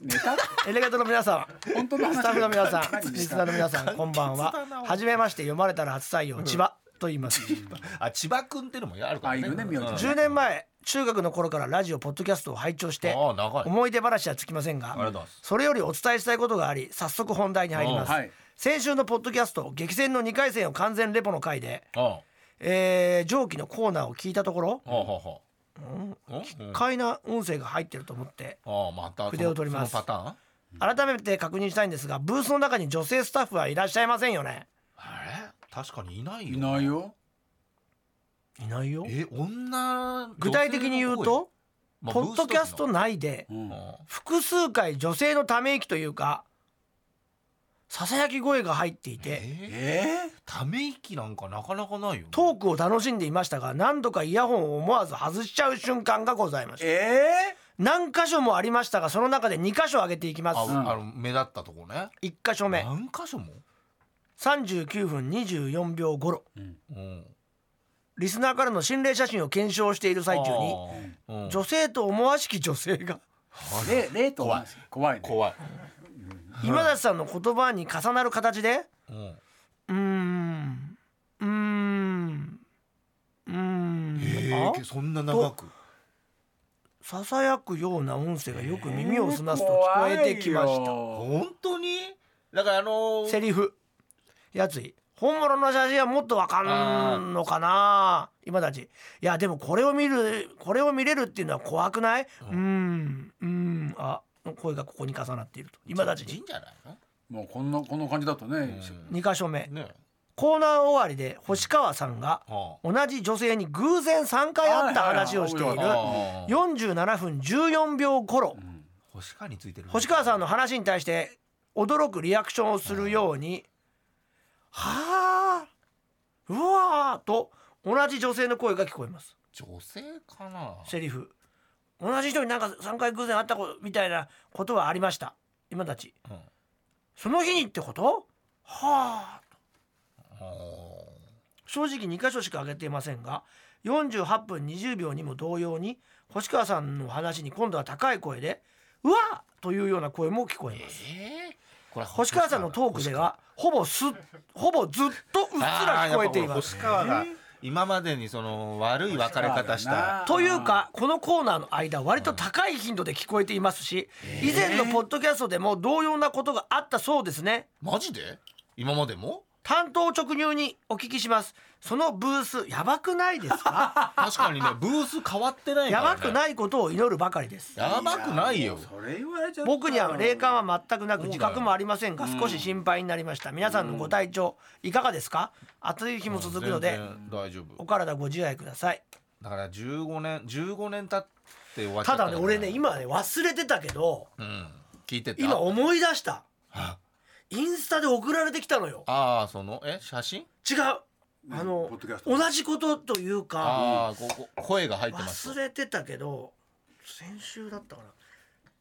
[SPEAKER 4] ネタ。
[SPEAKER 2] エレガトの皆さん
[SPEAKER 4] 本当の話
[SPEAKER 2] スタッフの皆さ
[SPEAKER 4] 何
[SPEAKER 2] ん
[SPEAKER 4] で
[SPEAKER 2] リ
[SPEAKER 4] し
[SPEAKER 2] ス
[SPEAKER 4] た
[SPEAKER 2] ナーの皆さんこんばんは
[SPEAKER 3] 簡潔だな
[SPEAKER 2] はじめまして読まれたら初採用千葉と言います
[SPEAKER 3] あ千葉くんっていうのもあるからね
[SPEAKER 4] あいるね名字
[SPEAKER 3] うん
[SPEAKER 2] 10年前中学の頃からラジオポッドキャストを拝聴して
[SPEAKER 3] ああ長い
[SPEAKER 2] 思い出話はつきません
[SPEAKER 3] りがと
[SPEAKER 2] が
[SPEAKER 3] うございます
[SPEAKER 2] それよりお伝えしたいことがあり早速本題に入ります、
[SPEAKER 4] うんはい
[SPEAKER 2] 先週のポッドキャスト激戦の2回戦を完全レポの回で、
[SPEAKER 3] あ
[SPEAKER 2] えー上記のコーナーを聞いたところ
[SPEAKER 3] あははうん
[SPEAKER 2] 快な音声が入ってると思って
[SPEAKER 3] ああまたその
[SPEAKER 2] 筆を取ります
[SPEAKER 3] そのパターン
[SPEAKER 2] 改めて確認したいんですがブースの中に女性スタッフはいらっしゃいませんよね
[SPEAKER 3] あれ確かにいないよ
[SPEAKER 4] いないよ。
[SPEAKER 2] いないよ
[SPEAKER 3] え女
[SPEAKER 2] 具体的に言うと、
[SPEAKER 3] 女性の声まあ
[SPEAKER 2] ポッドキャスト内で
[SPEAKER 4] うん
[SPEAKER 3] ブーストだけ
[SPEAKER 2] 複数回女性のため息というかささやき声が入ってい
[SPEAKER 3] ど
[SPEAKER 2] て
[SPEAKER 3] えー
[SPEAKER 4] え
[SPEAKER 3] ため息なんかなかなかないよね
[SPEAKER 2] トークを楽しんでいましたが何度かイヤホンを思わず外しちゃう瞬間がございま
[SPEAKER 4] え。
[SPEAKER 2] し
[SPEAKER 4] え
[SPEAKER 2] た
[SPEAKER 4] え。
[SPEAKER 2] 何箇所もありましたがその中で2箇所挙げていきま
[SPEAKER 3] あ
[SPEAKER 2] す
[SPEAKER 3] あの目立ったとこね
[SPEAKER 2] 1箇所目
[SPEAKER 3] 何箇所も
[SPEAKER 2] 39分24秒頃
[SPEAKER 3] うん
[SPEAKER 2] リスナーからの心霊写真を検証している最中に
[SPEAKER 3] あーうん
[SPEAKER 2] 女性と思わしき女性が
[SPEAKER 4] レレと怖い怖いね。
[SPEAKER 3] 怖い
[SPEAKER 2] 今田さんの言葉に重なる形で
[SPEAKER 3] う
[SPEAKER 2] 「
[SPEAKER 3] ん
[SPEAKER 2] うーんうーんうーん」
[SPEAKER 3] え
[SPEAKER 2] あ
[SPEAKER 3] ーそんな長く
[SPEAKER 2] ささやくような音声がよく耳をす
[SPEAKER 4] 怖
[SPEAKER 2] ないすと聞こえてきました。
[SPEAKER 4] よ
[SPEAKER 3] 本当にだからあのー
[SPEAKER 2] セリフやつい本物の写真はもっとわかんのかな今たちいやでもこれを見るこれを見れるっていうのは怖くないうんうんあ声がここに重なっていると今たち
[SPEAKER 3] いいんじゃないの
[SPEAKER 4] もうこんなこんな感じだとね。
[SPEAKER 2] 2箇所目
[SPEAKER 3] ね
[SPEAKER 2] コーナー終わりで星川さんが
[SPEAKER 3] は
[SPEAKER 2] 同じ女性に偶然3回会った話をしてい
[SPEAKER 4] はい
[SPEAKER 2] る
[SPEAKER 4] はいはい
[SPEAKER 3] あー
[SPEAKER 2] 47分14秒頃
[SPEAKER 3] 星川についてる
[SPEAKER 2] 星川さんの話に対して驚くリアクションをするように「はあうわー」と同じ女性の声が聞こえます
[SPEAKER 3] 女性かな
[SPEAKER 2] セリフ同じ人になんか3回偶然会ったことみたいなことはありました今たち
[SPEAKER 3] うん
[SPEAKER 2] その日にってことはあ
[SPEAKER 3] あ
[SPEAKER 2] 正直2箇所しか挙げていませんが48分20秒にも同様に星川さんの話に今度は高い声で「うわーというような声も聞こえ
[SPEAKER 3] ー
[SPEAKER 2] ます
[SPEAKER 3] えーこれ
[SPEAKER 2] 星川さんのトークではほぼすほぼずっとうっすら聞こえています
[SPEAKER 3] 星川が今までにその悪い別れ方した
[SPEAKER 2] というかこのコーナーの間割と高い頻度で聞こえていますし以前のポッドキャストでも同様なことがあったそうですね
[SPEAKER 3] マジで今までも
[SPEAKER 2] 担当直入にお聞きしますそのブースやばくないです か
[SPEAKER 3] 確 かにねブース変わってない
[SPEAKER 2] やばく
[SPEAKER 3] い
[SPEAKER 2] ないことを祈るばかりです
[SPEAKER 3] やばくないよ
[SPEAKER 4] それ言われちゃった
[SPEAKER 2] 僕には霊感は全くなく
[SPEAKER 3] そうだ
[SPEAKER 2] 自
[SPEAKER 3] よ
[SPEAKER 2] 覚もありませんが少し心配になりました皆さんのご体調いかがですか暑い日も続くので
[SPEAKER 3] 全然大丈
[SPEAKER 2] お
[SPEAKER 3] 夫
[SPEAKER 2] 体ご自愛ください
[SPEAKER 3] だから15年15年経って終わっちゃ
[SPEAKER 2] た
[SPEAKER 3] っ
[SPEAKER 2] だ
[SPEAKER 3] た
[SPEAKER 2] ね俺ね今ね忘れてたけど
[SPEAKER 3] うん聞いてた
[SPEAKER 2] 今思い出した
[SPEAKER 3] あ
[SPEAKER 2] インスタで送られてきたのよ
[SPEAKER 3] あーそのえ写真
[SPEAKER 2] 違うあの
[SPEAKER 4] ポッドキャスト
[SPEAKER 2] 同じことというか
[SPEAKER 3] ああここ声が入ってます
[SPEAKER 2] 忘れてたけど先週だったかな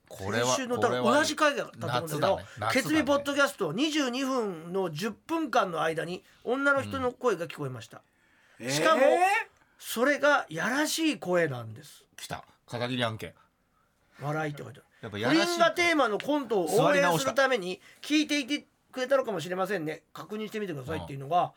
[SPEAKER 3] これは
[SPEAKER 2] 先週の多分
[SPEAKER 3] これは
[SPEAKER 2] 同じ回だったと思うんだけ
[SPEAKER 3] 夏だ
[SPEAKER 2] ど
[SPEAKER 3] ね
[SPEAKER 2] 「
[SPEAKER 3] 夏だね
[SPEAKER 2] ケツミポッドキャスト」22分の10分間の間に女の人の声が聞こえました、しかも
[SPEAKER 4] え
[SPEAKER 2] それがやらしい声なんです
[SPEAKER 3] 来た片桐案件
[SPEAKER 2] 笑いって書いてある
[SPEAKER 3] やっぱ
[SPEAKER 2] 不倫がテーマのコントを応援するために聞いていてくれたのかもしれませんね確認してみてくださいっていうのが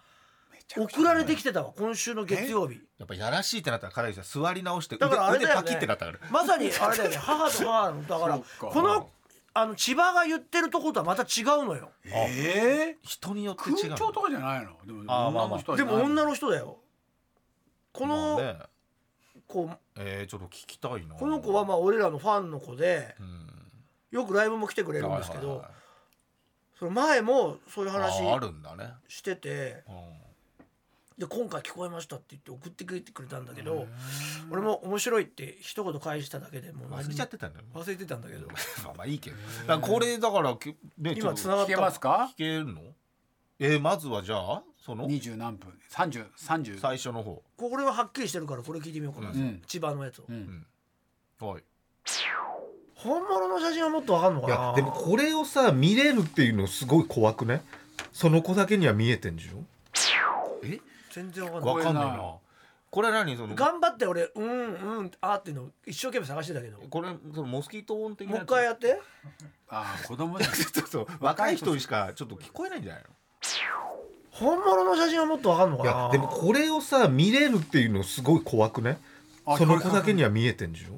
[SPEAKER 4] めちゃくちゃ
[SPEAKER 2] 送られてきてたわ今週の月曜日
[SPEAKER 3] やっぱやらしいってなったら彼氏は座り直して
[SPEAKER 2] だからあれ
[SPEAKER 3] 腕
[SPEAKER 2] だ
[SPEAKER 3] 腕
[SPEAKER 2] よ
[SPEAKER 3] パキ
[SPEAKER 2] ね
[SPEAKER 3] ってなったから
[SPEAKER 2] まさに あれだよ ね母と母のだから
[SPEAKER 4] そうか
[SPEAKER 2] このあの千葉が言ってるとことはまた違うのよ
[SPEAKER 4] ええ
[SPEAKER 3] 人によって
[SPEAKER 4] 空
[SPEAKER 3] 違う
[SPEAKER 4] 調とかじゃないのでも
[SPEAKER 3] あーまあ
[SPEAKER 4] 女
[SPEAKER 3] ま
[SPEAKER 4] の
[SPEAKER 3] あ
[SPEAKER 4] 人は
[SPEAKER 2] でも女
[SPEAKER 4] の
[SPEAKER 2] の人だよこ
[SPEAKER 3] まあ
[SPEAKER 2] の
[SPEAKER 3] ね
[SPEAKER 2] 子
[SPEAKER 3] えー、ちょっと聞きたいな
[SPEAKER 2] この子はまあ俺らのファンの子で
[SPEAKER 3] うん
[SPEAKER 2] よくライブも来てくれるんですけ
[SPEAKER 3] はい
[SPEAKER 2] ど
[SPEAKER 3] はいはい
[SPEAKER 2] その前もそういう話
[SPEAKER 3] あーあるんだね、
[SPEAKER 2] してて
[SPEAKER 3] う、
[SPEAKER 2] で今回聞こえましたって言って送ってくれてくれたんだけど俺も面白いって一言返しただけでもうん
[SPEAKER 3] 忘れちゃってたんだよ
[SPEAKER 2] 忘れてたんだけど
[SPEAKER 3] まあまあいいけどだからこれだからきね
[SPEAKER 2] 今
[SPEAKER 3] ち
[SPEAKER 2] つ
[SPEAKER 3] ょっ
[SPEAKER 2] なが
[SPEAKER 4] 聞
[SPEAKER 2] った
[SPEAKER 4] けます
[SPEAKER 3] と
[SPEAKER 4] か
[SPEAKER 3] 聞けるのえー、まずはじゃあその
[SPEAKER 4] 二十何分三十三十
[SPEAKER 3] 最初の方
[SPEAKER 2] これははっきりしてるからこれ聞いてみようかな、
[SPEAKER 4] うん
[SPEAKER 2] 千葉のやつを、
[SPEAKER 4] うん
[SPEAKER 3] はい
[SPEAKER 2] 本物の写真はもっとわかんのか
[SPEAKER 3] いや
[SPEAKER 2] な
[SPEAKER 3] でもこれをさ見れるっていうのすごい怖くねその子だけには見えてんでしょえ
[SPEAKER 2] 全然わかんない
[SPEAKER 3] わかんない
[SPEAKER 4] これ
[SPEAKER 3] なこれ何その
[SPEAKER 2] 頑張って俺うんうんあーっていうのを一生懸命探してたけども
[SPEAKER 3] これそのモスキート音的な
[SPEAKER 2] う
[SPEAKER 3] やつ
[SPEAKER 2] 一 回やって
[SPEAKER 4] ああ子供だ
[SPEAKER 3] ちょっと若い人にしかちょっと聞こえないんじゃない
[SPEAKER 2] 本物の写真はもっとわかんの
[SPEAKER 3] の
[SPEAKER 2] か
[SPEAKER 3] い
[SPEAKER 2] な
[SPEAKER 3] やでもこれをさ見れるっていうのすごい怖くね
[SPEAKER 4] あ
[SPEAKER 3] その子だけには見えてんでしょ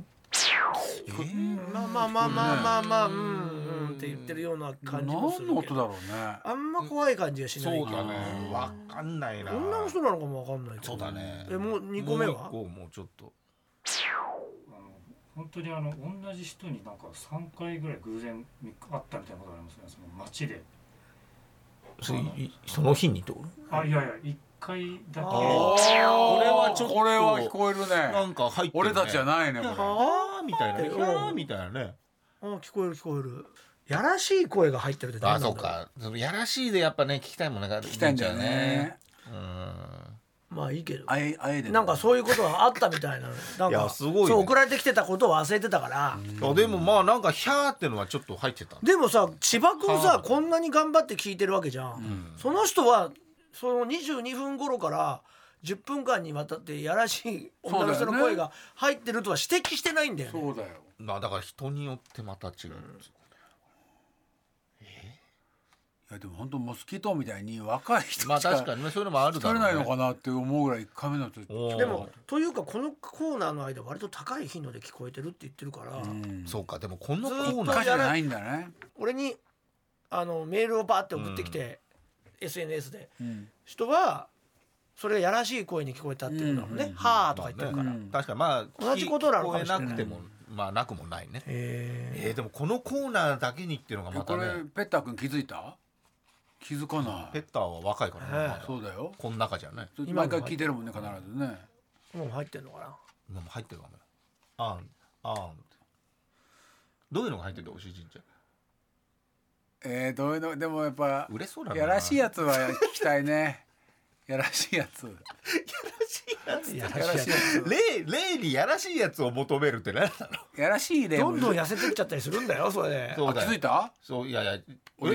[SPEAKER 3] えー
[SPEAKER 2] まあまあまあまあまあまあうんうんって言ってるような感
[SPEAKER 4] 何
[SPEAKER 2] じもするけど
[SPEAKER 4] の音だろうね
[SPEAKER 2] あんま怖い感じがしない
[SPEAKER 3] そう
[SPEAKER 2] け
[SPEAKER 3] だ
[SPEAKER 2] ど
[SPEAKER 3] ねわかんないな
[SPEAKER 2] 女の人なのかもわかんないけど
[SPEAKER 3] そうだね
[SPEAKER 2] えもう二個目は
[SPEAKER 3] もう一個もうちょっと
[SPEAKER 5] あの本当にあの同じ人になんか3回ぐらい偶然見会ったみたいなことがありますねその街で
[SPEAKER 3] そいその日にってこと
[SPEAKER 5] あいやいや1回だけ
[SPEAKER 2] あ
[SPEAKER 3] これはちょっと
[SPEAKER 4] これは聞こえる
[SPEAKER 3] な
[SPEAKER 4] ね
[SPEAKER 3] んか入ってるね
[SPEAKER 4] 俺たちじゃないねこれ
[SPEAKER 3] はあみたいなね
[SPEAKER 2] うん
[SPEAKER 3] ひゃーみたいなね
[SPEAKER 2] あー聞こえる聞こえるやらしい声が入ってるって何なんだろ
[SPEAKER 3] そのやらしいでやっぱね聞きたいもんね聞
[SPEAKER 4] 聞きたいんだよね
[SPEAKER 3] うん
[SPEAKER 2] まあいいけど
[SPEAKER 4] あえあえで
[SPEAKER 2] なんかそういうことがあったみたいななん
[SPEAKER 3] い
[SPEAKER 2] か
[SPEAKER 3] やすごいね
[SPEAKER 2] そう送られてきてたことを忘れてたから、
[SPEAKER 3] いやでもまあなんかひゃーってのはちょっと入ってた
[SPEAKER 2] でもさ千葉君
[SPEAKER 3] は
[SPEAKER 2] さ
[SPEAKER 3] あ
[SPEAKER 2] こんなに頑張って聞いてるわけじゃん、その人はその22分頃から10分間にわたってやらしい女の人の
[SPEAKER 4] そうだよ
[SPEAKER 2] 声
[SPEAKER 4] ね
[SPEAKER 2] が入ってるとは指摘してないんだよね
[SPEAKER 4] そうだよ
[SPEAKER 3] まあだから人によってまた違う、
[SPEAKER 4] いやでも本当モスキートみたいに若い人
[SPEAKER 3] まあ
[SPEAKER 4] しか
[SPEAKER 3] 確かにねそういうのもある
[SPEAKER 4] 聞
[SPEAKER 3] だ
[SPEAKER 4] か
[SPEAKER 3] ろ
[SPEAKER 4] れ
[SPEAKER 3] う、ね、
[SPEAKER 4] ないのかなって思うぐらい一回目のやつ
[SPEAKER 3] おー
[SPEAKER 2] でもというかこのコーナーの間割と高い頻度で聞こえてるって言ってるから、
[SPEAKER 4] うん
[SPEAKER 3] そうかでもこのコ
[SPEAKER 2] ずっと
[SPEAKER 3] ーナ
[SPEAKER 4] 歌
[SPEAKER 3] ー
[SPEAKER 4] じゃないんだね
[SPEAKER 2] 俺にあのメールをバーって送ってきて、SNS で
[SPEAKER 4] うん
[SPEAKER 2] 人はそれがやらしい声に聞こえたっていうのはね「
[SPEAKER 4] うん
[SPEAKER 2] はあ」とか言ってるから、
[SPEAKER 4] まあね
[SPEAKER 3] うん確かにまあ
[SPEAKER 2] 同じことなのかもしれない
[SPEAKER 3] 聞こえなくてもまあなくもないね
[SPEAKER 2] へえ
[SPEAKER 3] えー、でもこのコーナーだけにっていうのが
[SPEAKER 4] え
[SPEAKER 3] ま
[SPEAKER 4] こ
[SPEAKER 3] た
[SPEAKER 4] れ
[SPEAKER 3] ね
[SPEAKER 4] ペッター君気づいた気づかな
[SPEAKER 3] ペ
[SPEAKER 4] い
[SPEAKER 3] ッターは若いからね、
[SPEAKER 2] はい
[SPEAKER 3] まだ
[SPEAKER 4] そうだよ
[SPEAKER 3] この中じゃね
[SPEAKER 2] 今
[SPEAKER 4] 毎
[SPEAKER 2] も
[SPEAKER 4] 回聞いてるもんね必ずね
[SPEAKER 2] もう入ってんのかな
[SPEAKER 3] 今も入ってるかもよあんあんどういうのが入ってるのおしいじんちゃん
[SPEAKER 4] えー、どういうのでもやっぱ
[SPEAKER 3] 売れそうだな
[SPEAKER 4] やらしいやつは聞きたいね やらしいやつ
[SPEAKER 2] や
[SPEAKER 4] やらしいや
[SPEAKER 3] 例例にやらしいやつを求めるって何なの
[SPEAKER 4] つやらしい例
[SPEAKER 2] ど
[SPEAKER 4] も
[SPEAKER 2] んどん痩せてっちゃったりするんだよそれで
[SPEAKER 3] そう
[SPEAKER 4] あ
[SPEAKER 3] だ
[SPEAKER 4] 気
[SPEAKER 3] よ
[SPEAKER 4] づいた
[SPEAKER 3] そういやいや
[SPEAKER 4] 俺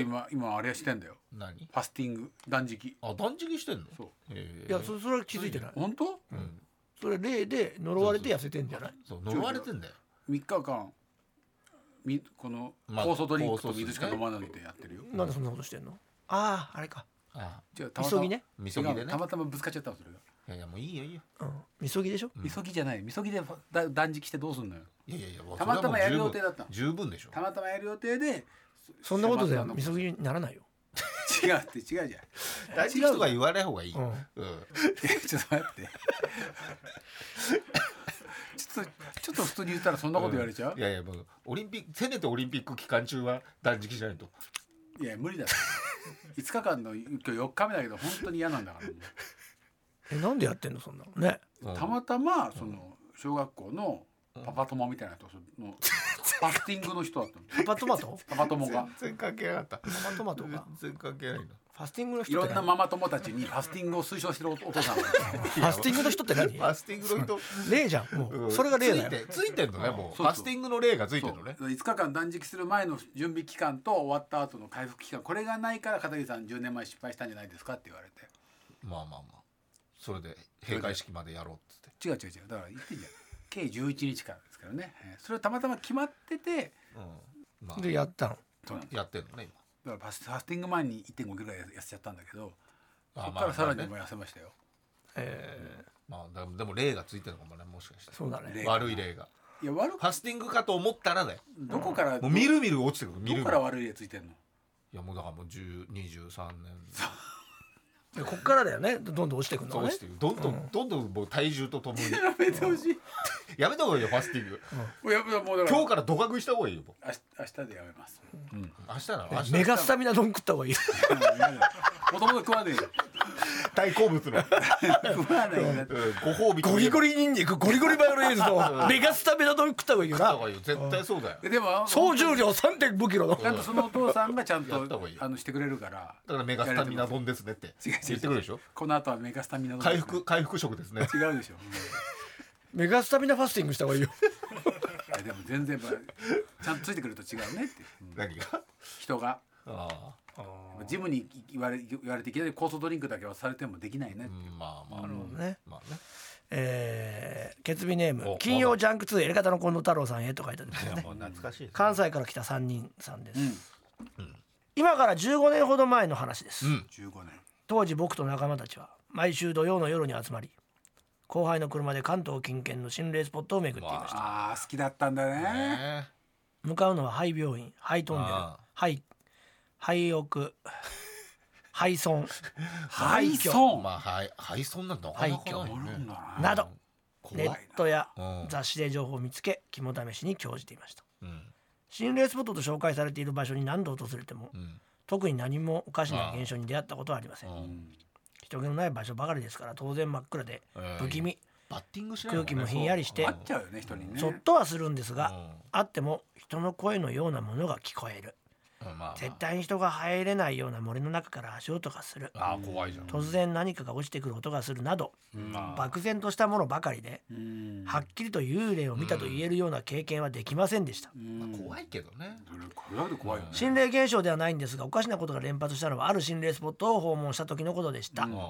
[SPEAKER 3] え
[SPEAKER 4] 今今あれしてんだよ
[SPEAKER 3] 何
[SPEAKER 4] ファスティング断食
[SPEAKER 3] あ断食してんの
[SPEAKER 4] そう
[SPEAKER 3] へー
[SPEAKER 2] いやそそれは気づいてない
[SPEAKER 4] 本当
[SPEAKER 3] うん
[SPEAKER 2] それ例で呪われて痩せてんじゃない
[SPEAKER 3] そう呪われてんだよ
[SPEAKER 4] 3日間みこの
[SPEAKER 3] まあ
[SPEAKER 4] 酵素ドリンクと
[SPEAKER 3] 酵素
[SPEAKER 4] 水しか飲まないでやってるよ、
[SPEAKER 2] なんでそんなことしてんのあああれか
[SPEAKER 3] あ
[SPEAKER 4] じゃあたまた
[SPEAKER 2] 急
[SPEAKER 4] ま
[SPEAKER 2] ぎね
[SPEAKER 3] みそぎ
[SPEAKER 4] 違
[SPEAKER 3] で
[SPEAKER 4] う
[SPEAKER 3] ね
[SPEAKER 4] たまたまぶつかっちゃったのそれが
[SPEAKER 3] いやいやもういいよいいよ
[SPEAKER 2] うん急ぎでしょ
[SPEAKER 3] うん
[SPEAKER 4] みそぎじゃないみそぎでだ断食してどうすんのよ
[SPEAKER 3] いやいやいやもう
[SPEAKER 4] たまたまやる予
[SPEAKER 3] それ
[SPEAKER 4] 定
[SPEAKER 3] はも
[SPEAKER 4] だ
[SPEAKER 3] う
[SPEAKER 4] ったの
[SPEAKER 3] 十分十分でしょ
[SPEAKER 4] たまたまやる予定で
[SPEAKER 2] そんなことで
[SPEAKER 4] 迫ったの
[SPEAKER 2] みそぎにならないよ
[SPEAKER 4] 違うって違うじゃん
[SPEAKER 3] 大事人が言わない方がいいようん
[SPEAKER 4] え ちょっと待って。ちょっと、ちょっと普通に言ったら、そんなこと言われちゃう。
[SPEAKER 3] いやいやもうオリンピックせめてオリンピック期間中は断食しないと
[SPEAKER 4] いや、無理だろ。5日間の今日4日目だけど本当に嫌なんだからもう
[SPEAKER 2] えなんでやってんのそんなのね
[SPEAKER 3] うん
[SPEAKER 4] たまたまその小学校のパパ友みたいな人 のパスティングの人だったの
[SPEAKER 2] パパトマ ト
[SPEAKER 4] パパ友が
[SPEAKER 3] 全然関係なかった
[SPEAKER 2] パパトマトが
[SPEAKER 3] 全然関係ないな
[SPEAKER 2] ファスティングの
[SPEAKER 4] い
[SPEAKER 2] 人っ
[SPEAKER 4] ろ
[SPEAKER 2] て
[SPEAKER 4] んな
[SPEAKER 2] 何
[SPEAKER 4] ママ友たちにパスティングを推奨してるお父さんが
[SPEAKER 2] ファスティングの人って何
[SPEAKER 3] ファスティングの人
[SPEAKER 2] 例じゃんもうそれが例だよ
[SPEAKER 3] ついてついてんのねもうフ
[SPEAKER 4] そうそう
[SPEAKER 3] ァスティングの例がつい
[SPEAKER 4] そ
[SPEAKER 3] て
[SPEAKER 4] うん
[SPEAKER 3] のね
[SPEAKER 4] 5日間断食する前の準備期間と終わった後の回復期間これがないから片桐さん10年前失敗したんじゃないですかって言われて
[SPEAKER 3] まあまあまあそれで閉会式までやろうっつって
[SPEAKER 4] 違う違う違うだから言ってんじゃん計11日からですからね、えーそれをたまたま決まってて
[SPEAKER 3] うんまあ
[SPEAKER 2] でやったの
[SPEAKER 4] そうなんです
[SPEAKER 3] やってんのね今
[SPEAKER 4] だからファスファスティング前に1.5キロぐらい痩せちゃったんだけど
[SPEAKER 3] あ
[SPEAKER 4] そこ
[SPEAKER 3] ま
[SPEAKER 4] か
[SPEAKER 3] あ
[SPEAKER 4] らさらに
[SPEAKER 3] ね
[SPEAKER 4] も痩せましたよ、
[SPEAKER 2] え
[SPEAKER 3] まあでもでも例がついてるのかもねもしかして
[SPEAKER 2] ーそうだね
[SPEAKER 4] 例が
[SPEAKER 3] 悪い例が
[SPEAKER 4] いや悪く
[SPEAKER 3] ファスティングかと思ったらだよ
[SPEAKER 4] どこから、
[SPEAKER 3] もうみるみる落ちてくるみ
[SPEAKER 4] ど
[SPEAKER 3] る
[SPEAKER 4] こ
[SPEAKER 3] み
[SPEAKER 4] か
[SPEAKER 3] る
[SPEAKER 4] ら悪い例ついてんの
[SPEAKER 3] いやもうだからもう10 23年
[SPEAKER 2] でこっからだよねどんどん落ちてくるの
[SPEAKER 3] そう
[SPEAKER 2] がね
[SPEAKER 3] 落ちてるどんどん、どんどんもう体重ととも に
[SPEAKER 4] やめてほしい
[SPEAKER 3] やめた方がいいよファスティング
[SPEAKER 4] もうやめたもうだから
[SPEAKER 3] 今日からドカ食いした方がいいよも
[SPEAKER 4] 明日明日でやめます、うん、
[SPEAKER 3] う明日なの明日
[SPEAKER 2] メガスタミナ丼食った方がいい
[SPEAKER 4] もともと食わね えよ
[SPEAKER 3] 大好物の、うん
[SPEAKER 4] 食わないんだって
[SPEAKER 3] ご褒美
[SPEAKER 2] ゴリゴ
[SPEAKER 3] リ
[SPEAKER 2] リニンニクゴリゴリマヨネーズと メガスタミナ丼食った方がいいよ
[SPEAKER 3] 食った
[SPEAKER 2] な
[SPEAKER 3] 方がいいよ絶対そうだよ
[SPEAKER 4] えでも
[SPEAKER 2] 総重量3 5キロの
[SPEAKER 4] ちゃんとそのお父さんがちゃん
[SPEAKER 3] やった方
[SPEAKER 4] と
[SPEAKER 3] がいいよ
[SPEAKER 4] あのしてくれるから
[SPEAKER 3] だからメガスタミナ
[SPEAKER 4] やれてま
[SPEAKER 3] 丼ですねって
[SPEAKER 4] 違う違う
[SPEAKER 3] 言ってくるでしょ
[SPEAKER 4] すこの後はメガスタミナ丼
[SPEAKER 3] 回復回復食ですね
[SPEAKER 4] 違うでしょ、
[SPEAKER 2] メガスタミナファスティングした方がいいよ
[SPEAKER 4] うんいやでも全然ばちゃんとついてくると違うねって、うん
[SPEAKER 3] 何 が
[SPEAKER 4] 人が
[SPEAKER 3] ああ
[SPEAKER 4] ジムに言われ言われていきなり酵素ドリンクだけはされてもできないね、
[SPEAKER 3] うんまあまあ
[SPEAKER 2] ね
[SPEAKER 3] まあね
[SPEAKER 2] えー、ケツビネーム
[SPEAKER 3] お
[SPEAKER 2] 金曜ジャンク2エレカタの近藤太郎さんへと書いてあります
[SPEAKER 3] いや
[SPEAKER 2] ね
[SPEAKER 3] もう懐かしいですね
[SPEAKER 2] 関西から来た3人さんです、
[SPEAKER 4] うん
[SPEAKER 2] 今から15年ほど前の話です、
[SPEAKER 3] うん
[SPEAKER 4] 15年
[SPEAKER 2] 当時僕と仲間たちは毎週土曜の夜に集まり後輩の車で関東近県の心霊スポットを巡っていました、
[SPEAKER 4] あー好きだったんだね
[SPEAKER 3] ね
[SPEAKER 2] 向かうのは肺病院肺トンネル
[SPEAKER 3] あ
[SPEAKER 2] 肺肺奥肺損
[SPEAKER 4] ハイ
[SPEAKER 2] 廃墟
[SPEAKER 4] ソン、
[SPEAKER 3] まあはいはいそんなんなかなかないよ
[SPEAKER 4] あるん
[SPEAKER 3] ね
[SPEAKER 4] だな
[SPEAKER 2] など
[SPEAKER 3] 怖
[SPEAKER 2] ネ
[SPEAKER 3] い
[SPEAKER 2] ットや
[SPEAKER 3] うん
[SPEAKER 2] 雑誌で情報を見つけ肝試しに興じていました
[SPEAKER 3] うん
[SPEAKER 2] 心霊スポットと紹介されている場所に何度訪れても
[SPEAKER 3] うん
[SPEAKER 2] 特に何もおかしな現象に出会ったことはありません
[SPEAKER 3] うん
[SPEAKER 2] 人気のない場所ばかりですから当然真っ暗で
[SPEAKER 3] えー
[SPEAKER 2] 不気味
[SPEAKER 3] バッティングしない
[SPEAKER 2] 空気もひんやりして
[SPEAKER 4] 会っちゃうよね人にね
[SPEAKER 2] そっとはするんです
[SPEAKER 3] ゃ
[SPEAKER 2] があっても人の声のようなものが聞こえる
[SPEAKER 3] まあ
[SPEAKER 2] 絶対に人が入れないような森の中から足音がする
[SPEAKER 3] ああ怖いじゃん
[SPEAKER 2] 突然何かが落ちてくる音がするなど
[SPEAKER 4] まあ
[SPEAKER 2] 漠然としたものばかりで
[SPEAKER 4] うん
[SPEAKER 2] はっきりと幽霊を見たと言えるような経験はできませんでした
[SPEAKER 4] うん
[SPEAKER 3] 怖いけどね
[SPEAKER 4] それこれだけで怖いよね
[SPEAKER 2] 心霊現象ではないんですがおかしなことが連発したのはある心霊スポットを訪問した時のことでした、
[SPEAKER 4] うん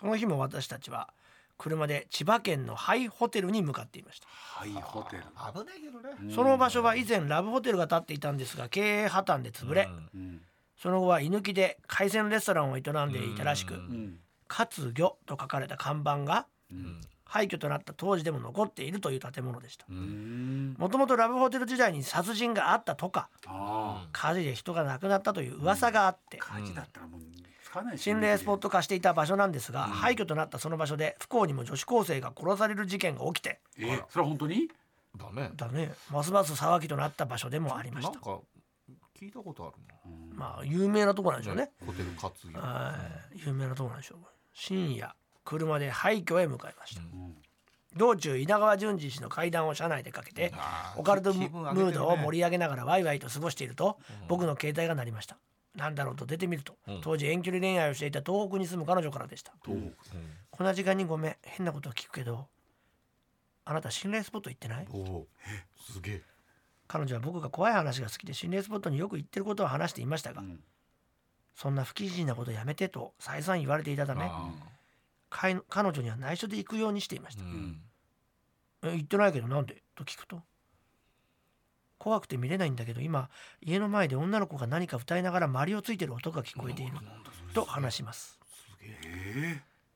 [SPEAKER 2] その日も私たちは車で千葉県のハイホテルに向かっていました
[SPEAKER 4] ハイホテル
[SPEAKER 3] 危ないけどね
[SPEAKER 2] その場所は以前ラブホテルが建っていたんですが経営破綻で潰れ、
[SPEAKER 3] うん
[SPEAKER 4] うん
[SPEAKER 2] その後は居抜きで海鮮レストランを営んでいたらしく
[SPEAKER 3] うん
[SPEAKER 4] うん
[SPEAKER 2] 「活魚」と書かれた看板が
[SPEAKER 3] うん
[SPEAKER 2] 廃墟となった当時でも残っているという建物でした
[SPEAKER 4] うん
[SPEAKER 2] もともとラブホテル時代に殺人があったとか
[SPEAKER 4] あ
[SPEAKER 2] 火事で人が亡くなったという噂があって、
[SPEAKER 4] あ火事だったらもうつかないし
[SPEAKER 2] 心霊スポット化していた場所なんですが、廃墟となったその場所で不幸にも女子高生が殺される事件が起きて
[SPEAKER 4] えーそれは本当に
[SPEAKER 3] だね
[SPEAKER 2] だねますます騒ぎとなった場所でもありま
[SPEAKER 3] な
[SPEAKER 2] し
[SPEAKER 3] ん
[SPEAKER 2] た
[SPEAKER 3] か聞いたことあるな
[SPEAKER 2] まあ有名なとこなんでしょうね、
[SPEAKER 3] ホテル担ぎ
[SPEAKER 2] はい有名なとこなんでしょう深夜車で廃墟へ向かいました、
[SPEAKER 4] ん
[SPEAKER 2] 道中稲川淳二氏の階段を車内でかけて
[SPEAKER 3] あー
[SPEAKER 2] オカルトム
[SPEAKER 3] 気分上げてるね
[SPEAKER 2] ードを盛り上げながらワイワイと過ごしていると、僕の携帯が鳴りましたなんだろうと出てみると、
[SPEAKER 3] うん
[SPEAKER 2] 当時遠距離恋愛をしていた東北に住む彼女からでした
[SPEAKER 4] 東
[SPEAKER 2] こんな時間にごめん変なことを聞くけどあなた心霊スポット行ってない
[SPEAKER 3] おおすげえ
[SPEAKER 2] 彼女は僕が怖い話が好きで心霊スポットによく行ってることを話していましたが、
[SPEAKER 4] ん
[SPEAKER 2] そんな不謹慎なことやめてと再三言われていたため
[SPEAKER 3] あ
[SPEAKER 2] かい彼女には内緒で行くようにしていまし
[SPEAKER 3] ー
[SPEAKER 2] た
[SPEAKER 3] う、ん
[SPEAKER 2] え行ってないけどなんでと聞くと怖くて見れないんだけど今家の前で女の子が何か歌いながらマリをついてる音が聞こえていると話します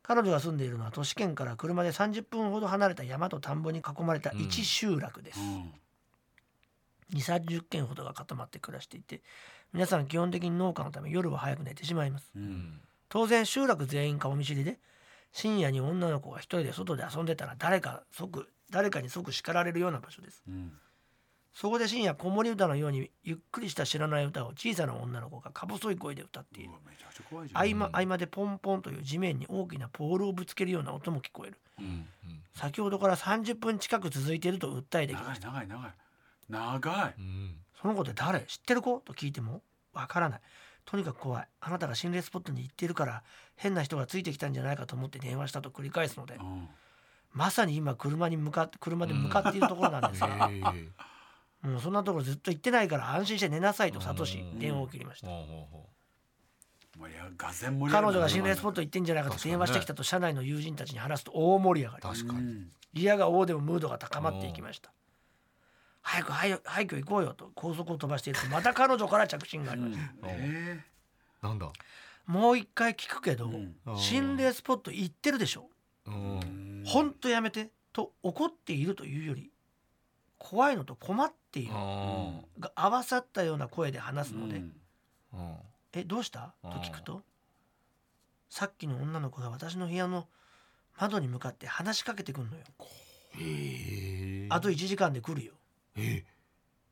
[SPEAKER 2] 彼女が住んでいるのは都市圏から車で30分ほど離れた山と田んぼに囲まれた一集落です、
[SPEAKER 4] うん
[SPEAKER 2] 2 3 0軒ほどが固まって暮らしていて皆さん基本的に農家のため夜は早く寝てしまいます
[SPEAKER 4] うん
[SPEAKER 2] 当然集落全員顔見知りで深夜に女の子が一人で外で遊んでたら誰か即誰かに即叱られるような場所です
[SPEAKER 4] うん
[SPEAKER 2] そこで深夜子守歌のようにゆっくりした知らない歌を小さな女の子がか細い声で歌っていうる
[SPEAKER 4] わめちゃくちゃ怖いじゃん
[SPEAKER 2] 合間合間でポンポンという地面に大きなポールをぶつけるような音も聞こえる
[SPEAKER 4] うん
[SPEAKER 2] 先ほどから30分近く続いていると訴えてきま
[SPEAKER 4] 長
[SPEAKER 2] し
[SPEAKER 4] い
[SPEAKER 2] た
[SPEAKER 4] 長い長い長い
[SPEAKER 3] うん
[SPEAKER 2] その子って誰知ってる子と聞いてもわからないとにかく怖いあなたが心霊スポットに行っているから変な人がついてきたんじゃないかと思って電話したと繰り返すので
[SPEAKER 4] うん
[SPEAKER 2] まさに今車に向かって車で向かっているところなんですが、
[SPEAKER 3] ええ
[SPEAKER 2] もうそんなところずっと行ってないから安心して寝なさいと諭し
[SPEAKER 3] うん
[SPEAKER 2] 電話を切りました、
[SPEAKER 3] ほうほうほ
[SPEAKER 4] もういやがぜん盛り上
[SPEAKER 2] 彼
[SPEAKER 4] がる
[SPEAKER 2] 女が心霊スポット行ってんじゃないかと電話してきたと社内の友人たちに話すと大盛り上が
[SPEAKER 3] う確
[SPEAKER 4] う
[SPEAKER 3] かに
[SPEAKER 4] ん
[SPEAKER 2] り嫌が応でもムードが高まっていきました早く廃廃墟行こうよと高速を飛ばしているとまた彼女から着信がありました、
[SPEAKER 4] え
[SPEAKER 3] なんだ
[SPEAKER 2] もう一回聞くけど、
[SPEAKER 4] うん
[SPEAKER 2] 心霊スポット行ってるでしょ
[SPEAKER 3] うん
[SPEAKER 4] え
[SPEAKER 2] ほんとやめてと怒っているというより怖いのと困っている
[SPEAKER 3] うん
[SPEAKER 2] が合わさったような声で話す
[SPEAKER 4] う
[SPEAKER 2] ので「
[SPEAKER 4] ん
[SPEAKER 3] うん
[SPEAKER 2] えどうした?」と
[SPEAKER 3] うん
[SPEAKER 2] 聞くと「さっきの女の子が私の部屋の窓に向かって話しかけてくんのよ
[SPEAKER 3] へえ
[SPEAKER 2] あと1時間で来るよ
[SPEAKER 3] え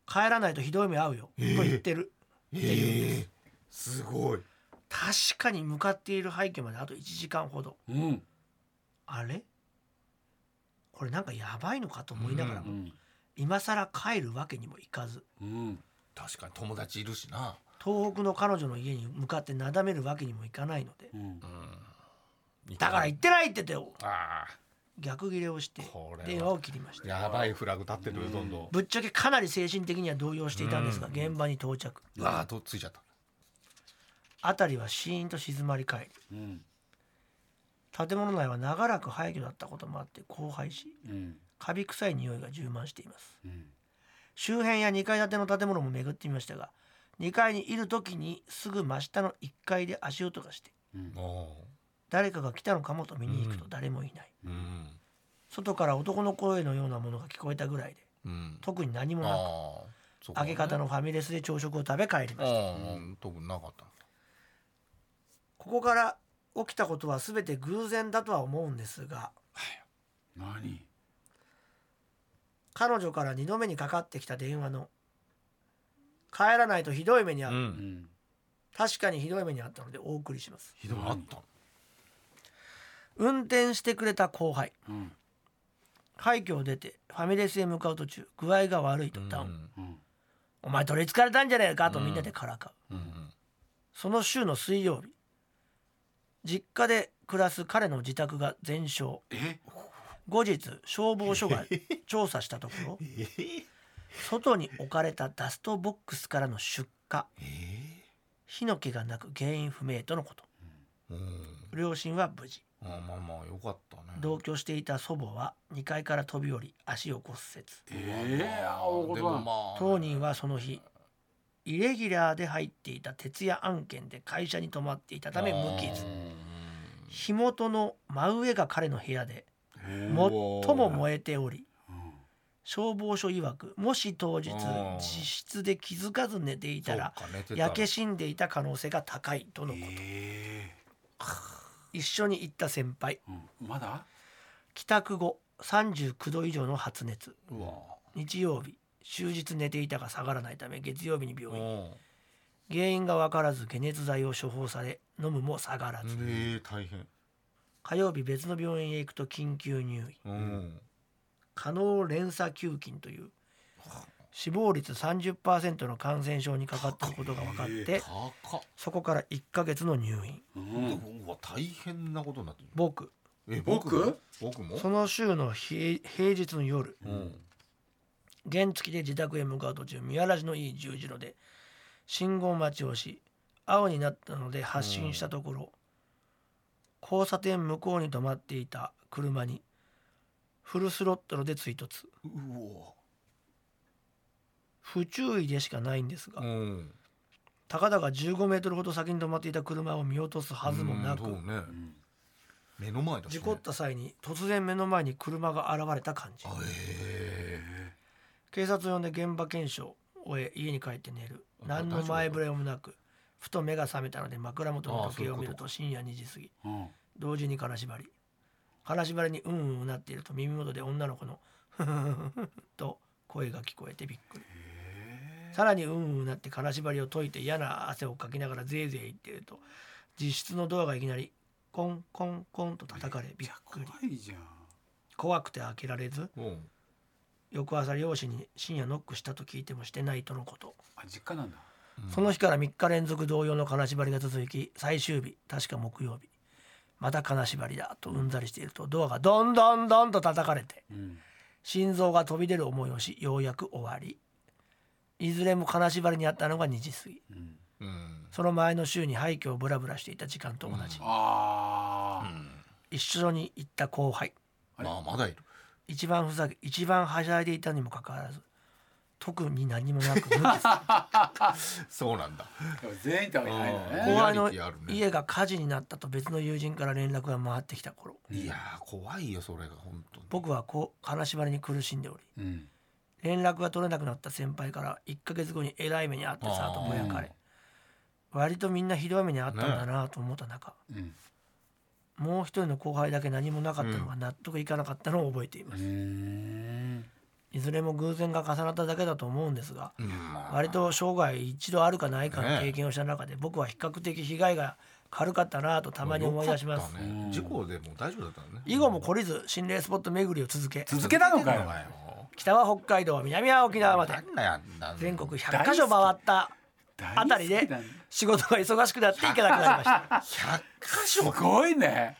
[SPEAKER 2] 帰らないとひどい目合うよ」と言ってるっていうんです
[SPEAKER 3] えすごい
[SPEAKER 2] 確かに向かっている廃墟まであと1時間ほど
[SPEAKER 4] うん
[SPEAKER 2] あれこれなんかやばいのかと思いながら
[SPEAKER 3] う
[SPEAKER 2] も、
[SPEAKER 4] うん
[SPEAKER 2] 今更帰るわけにもいかず
[SPEAKER 4] うん
[SPEAKER 3] 確かに友達いるしな
[SPEAKER 2] 東北の彼女の家に向かってなだめるわけにもいかないので
[SPEAKER 4] うん
[SPEAKER 3] うん
[SPEAKER 2] だから行ってないって言ってよ
[SPEAKER 3] あ
[SPEAKER 2] 逆切れをして
[SPEAKER 3] これは
[SPEAKER 2] 電話を切りまし
[SPEAKER 3] あ
[SPEAKER 2] た
[SPEAKER 3] やばいフラグ立ってるよどんどん
[SPEAKER 2] ぶっちゃけかなり精神的には動揺していたんですが
[SPEAKER 3] うん
[SPEAKER 2] 現場に到着
[SPEAKER 3] うわあとついちゃった
[SPEAKER 2] 辺りはシーンと静まり返り
[SPEAKER 4] うん
[SPEAKER 2] 建物内は長らく廃墟だったこともあって荒廃し
[SPEAKER 4] うん
[SPEAKER 2] カビ臭い匂いが充満しています
[SPEAKER 4] うん
[SPEAKER 2] 周辺や2階建ての建物も巡ってみましたが2階にいる時にすぐ真下の1階で足音がして
[SPEAKER 4] うん
[SPEAKER 3] も
[SPEAKER 2] 誰かが来たのかもと見に行くと
[SPEAKER 3] うん
[SPEAKER 2] 誰もいない、
[SPEAKER 3] ううん
[SPEAKER 2] 外から男の声のようなものが聞こえたぐらいで
[SPEAKER 3] うん
[SPEAKER 2] 特に何もなく
[SPEAKER 3] ああそうか
[SPEAKER 2] 揚げ方のファミレスで朝食を食べ帰りました
[SPEAKER 3] うんうん特になかった
[SPEAKER 2] ここから起きたことは全て偶然だとは思うんですが
[SPEAKER 4] 何
[SPEAKER 2] 彼女から2度目にかかってきた電話の「帰らないとひどい目に遭う」
[SPEAKER 4] うんん
[SPEAKER 2] 確かにひどい目に遭ったのでお送りします
[SPEAKER 3] ひどいのあったの
[SPEAKER 2] 運転してくれた後輩
[SPEAKER 4] うん
[SPEAKER 2] 廃墟を出てファミレスへ向かう途中具合が悪いと
[SPEAKER 3] うん
[SPEAKER 2] ダウン、
[SPEAKER 4] うん
[SPEAKER 2] お前取りつかれたんじゃねえかと
[SPEAKER 3] うん
[SPEAKER 2] みんなでからかう、
[SPEAKER 3] うん
[SPEAKER 2] その週の水曜日実家で暮らす彼の自宅が全焼
[SPEAKER 4] え
[SPEAKER 2] 後日消防署 が調査したところ外に置かれたダストボックスからの出火火の気がなく原因不明とのこと
[SPEAKER 3] うん
[SPEAKER 2] 両親は無事
[SPEAKER 3] あまあまあよかったね
[SPEAKER 2] 同居していた祖母は2階から飛び降り足を骨折
[SPEAKER 4] ええあお
[SPEAKER 3] でもまあ
[SPEAKER 2] 当人はその日イレギュラーで入っていた徹夜案件で会社に泊まっていたため無傷火元の真上が彼の部屋で最も燃えており消防署曰くもし当日
[SPEAKER 3] うん
[SPEAKER 2] 自室で気づかず寝ていたら焼け死んでいた可能性が高いとのこと
[SPEAKER 4] え
[SPEAKER 2] 一緒に行った先輩
[SPEAKER 4] えうんまだ
[SPEAKER 2] 帰宅後39度以上の発熱
[SPEAKER 3] うわ
[SPEAKER 2] 日曜日終日寝ていたが下がらないため月曜日に
[SPEAKER 3] う
[SPEAKER 2] 病院
[SPEAKER 3] ん
[SPEAKER 2] 原因が分からず解熱剤を処方され飲むも下がらず
[SPEAKER 3] ええ大変
[SPEAKER 2] 火曜日別の病院へ行くと緊急入院
[SPEAKER 3] うん
[SPEAKER 2] 可能連鎖球菌という死亡率30%の感染症にかかったことが分かって
[SPEAKER 3] 高っ
[SPEAKER 2] そこから1ヶ月の入院
[SPEAKER 4] うん
[SPEAKER 3] うわ大変なことになってる
[SPEAKER 2] 僕
[SPEAKER 3] え
[SPEAKER 4] 僕
[SPEAKER 3] 僕も
[SPEAKER 2] その週の平平日の夜
[SPEAKER 3] うん
[SPEAKER 2] 原付で自宅へ向かう途中見晴らしのいい十字路で信号待ちをし青になったので発進したところ、交差点向こうに止まっていた車にフルスロットルで追突
[SPEAKER 3] うわ
[SPEAKER 2] 不注意でしかないんですが、
[SPEAKER 3] うん
[SPEAKER 2] たかだか15メートルほど先に止まっていた車を見落とすはずもなく、
[SPEAKER 3] うんそうね
[SPEAKER 4] うん
[SPEAKER 3] 目の前だしね
[SPEAKER 2] 事故った際に突然目の前に車が現れた感じ
[SPEAKER 3] あええ
[SPEAKER 2] 警察を呼んで現場検証を終え家に帰って寝る
[SPEAKER 3] あ
[SPEAKER 2] 何の
[SPEAKER 3] 大丈夫
[SPEAKER 2] 前触れもなくふと目が覚めたので枕元の時計を見る
[SPEAKER 3] あ
[SPEAKER 2] と深夜2時過ぎ
[SPEAKER 4] うん
[SPEAKER 2] 同時に金縛り金縛りにうんうんうなっていると耳元で女の子の「ふふふふ」と声が聞こえてびっくりさらにうんうんうなって金縛りを解いて嫌な汗をかきながらぜいぜい言っていると実室のドアがいきなりコンコンコンと叩かれびっくり
[SPEAKER 4] 怖いじゃん
[SPEAKER 2] 怖くて開けられず
[SPEAKER 3] うん
[SPEAKER 2] 翌朝両親に深夜ノックしたと聞いてもしてないとのこと
[SPEAKER 4] あ実家なんだ
[SPEAKER 2] その日から3日連続同様の金縛りが続き最終日確か木曜日また金縛りだとうんざりしているとドアがどんどんどんと叩かれて
[SPEAKER 4] うん
[SPEAKER 2] 心臓が飛び出る思いをしようやく終わりいずれも金縛りにあったのが2時過ぎ
[SPEAKER 4] うん
[SPEAKER 3] うん
[SPEAKER 2] その前の週に廃墟をブラブラしていた時間と同じ、
[SPEAKER 3] う
[SPEAKER 4] あ
[SPEAKER 3] ん
[SPEAKER 2] 一緒に行った後輩
[SPEAKER 4] あれ
[SPEAKER 3] まあまだいる
[SPEAKER 2] 一番ふざけ一番はしゃいでいたにもかかわらず特に何もなく無傷
[SPEAKER 3] そうなんだ。
[SPEAKER 4] でも全員ってわけじゃないんだ
[SPEAKER 3] うん
[SPEAKER 4] ね
[SPEAKER 2] 後輩の
[SPEAKER 3] リアリティあるね
[SPEAKER 2] 家が火事になったと別の友人から連絡が回ってきた頃
[SPEAKER 3] いやー怖いよそれが本当に。
[SPEAKER 2] 僕はこう金縛りに苦しんでおり
[SPEAKER 4] うん
[SPEAKER 2] 連絡が取れなくなった先輩から1ヶ月後にえらい目に遭ってさ
[SPEAKER 3] あー
[SPEAKER 2] とぼやかれ割とみんなひどい目に遭ったんだなと思った中、
[SPEAKER 4] うん
[SPEAKER 2] もう一人の後輩だけ何もなかったのが納得いかなかったのを覚えています、
[SPEAKER 4] うん
[SPEAKER 2] いずれも偶然が重なっただけだと思うんですが
[SPEAKER 3] うんまあ
[SPEAKER 2] 割と生涯一度あるかないかの経験をした中で僕は比較的被害が軽かったなとたまに思い出します、
[SPEAKER 3] よかったね事故でも大丈夫だったのね。
[SPEAKER 2] 以後も懲りず心霊スポット巡りを続け
[SPEAKER 4] 続けたのか
[SPEAKER 3] お
[SPEAKER 4] よ
[SPEAKER 3] 前よ。
[SPEAKER 2] 北は北海道南は沖縄まで
[SPEAKER 3] なんだよあんなの
[SPEAKER 2] 全国100か所回ったあたり
[SPEAKER 4] 大好
[SPEAKER 2] で
[SPEAKER 4] きだね
[SPEAKER 2] 仕事が忙しくなって行けなくなりました
[SPEAKER 3] 100箇
[SPEAKER 4] す
[SPEAKER 3] 所。
[SPEAKER 4] ごいね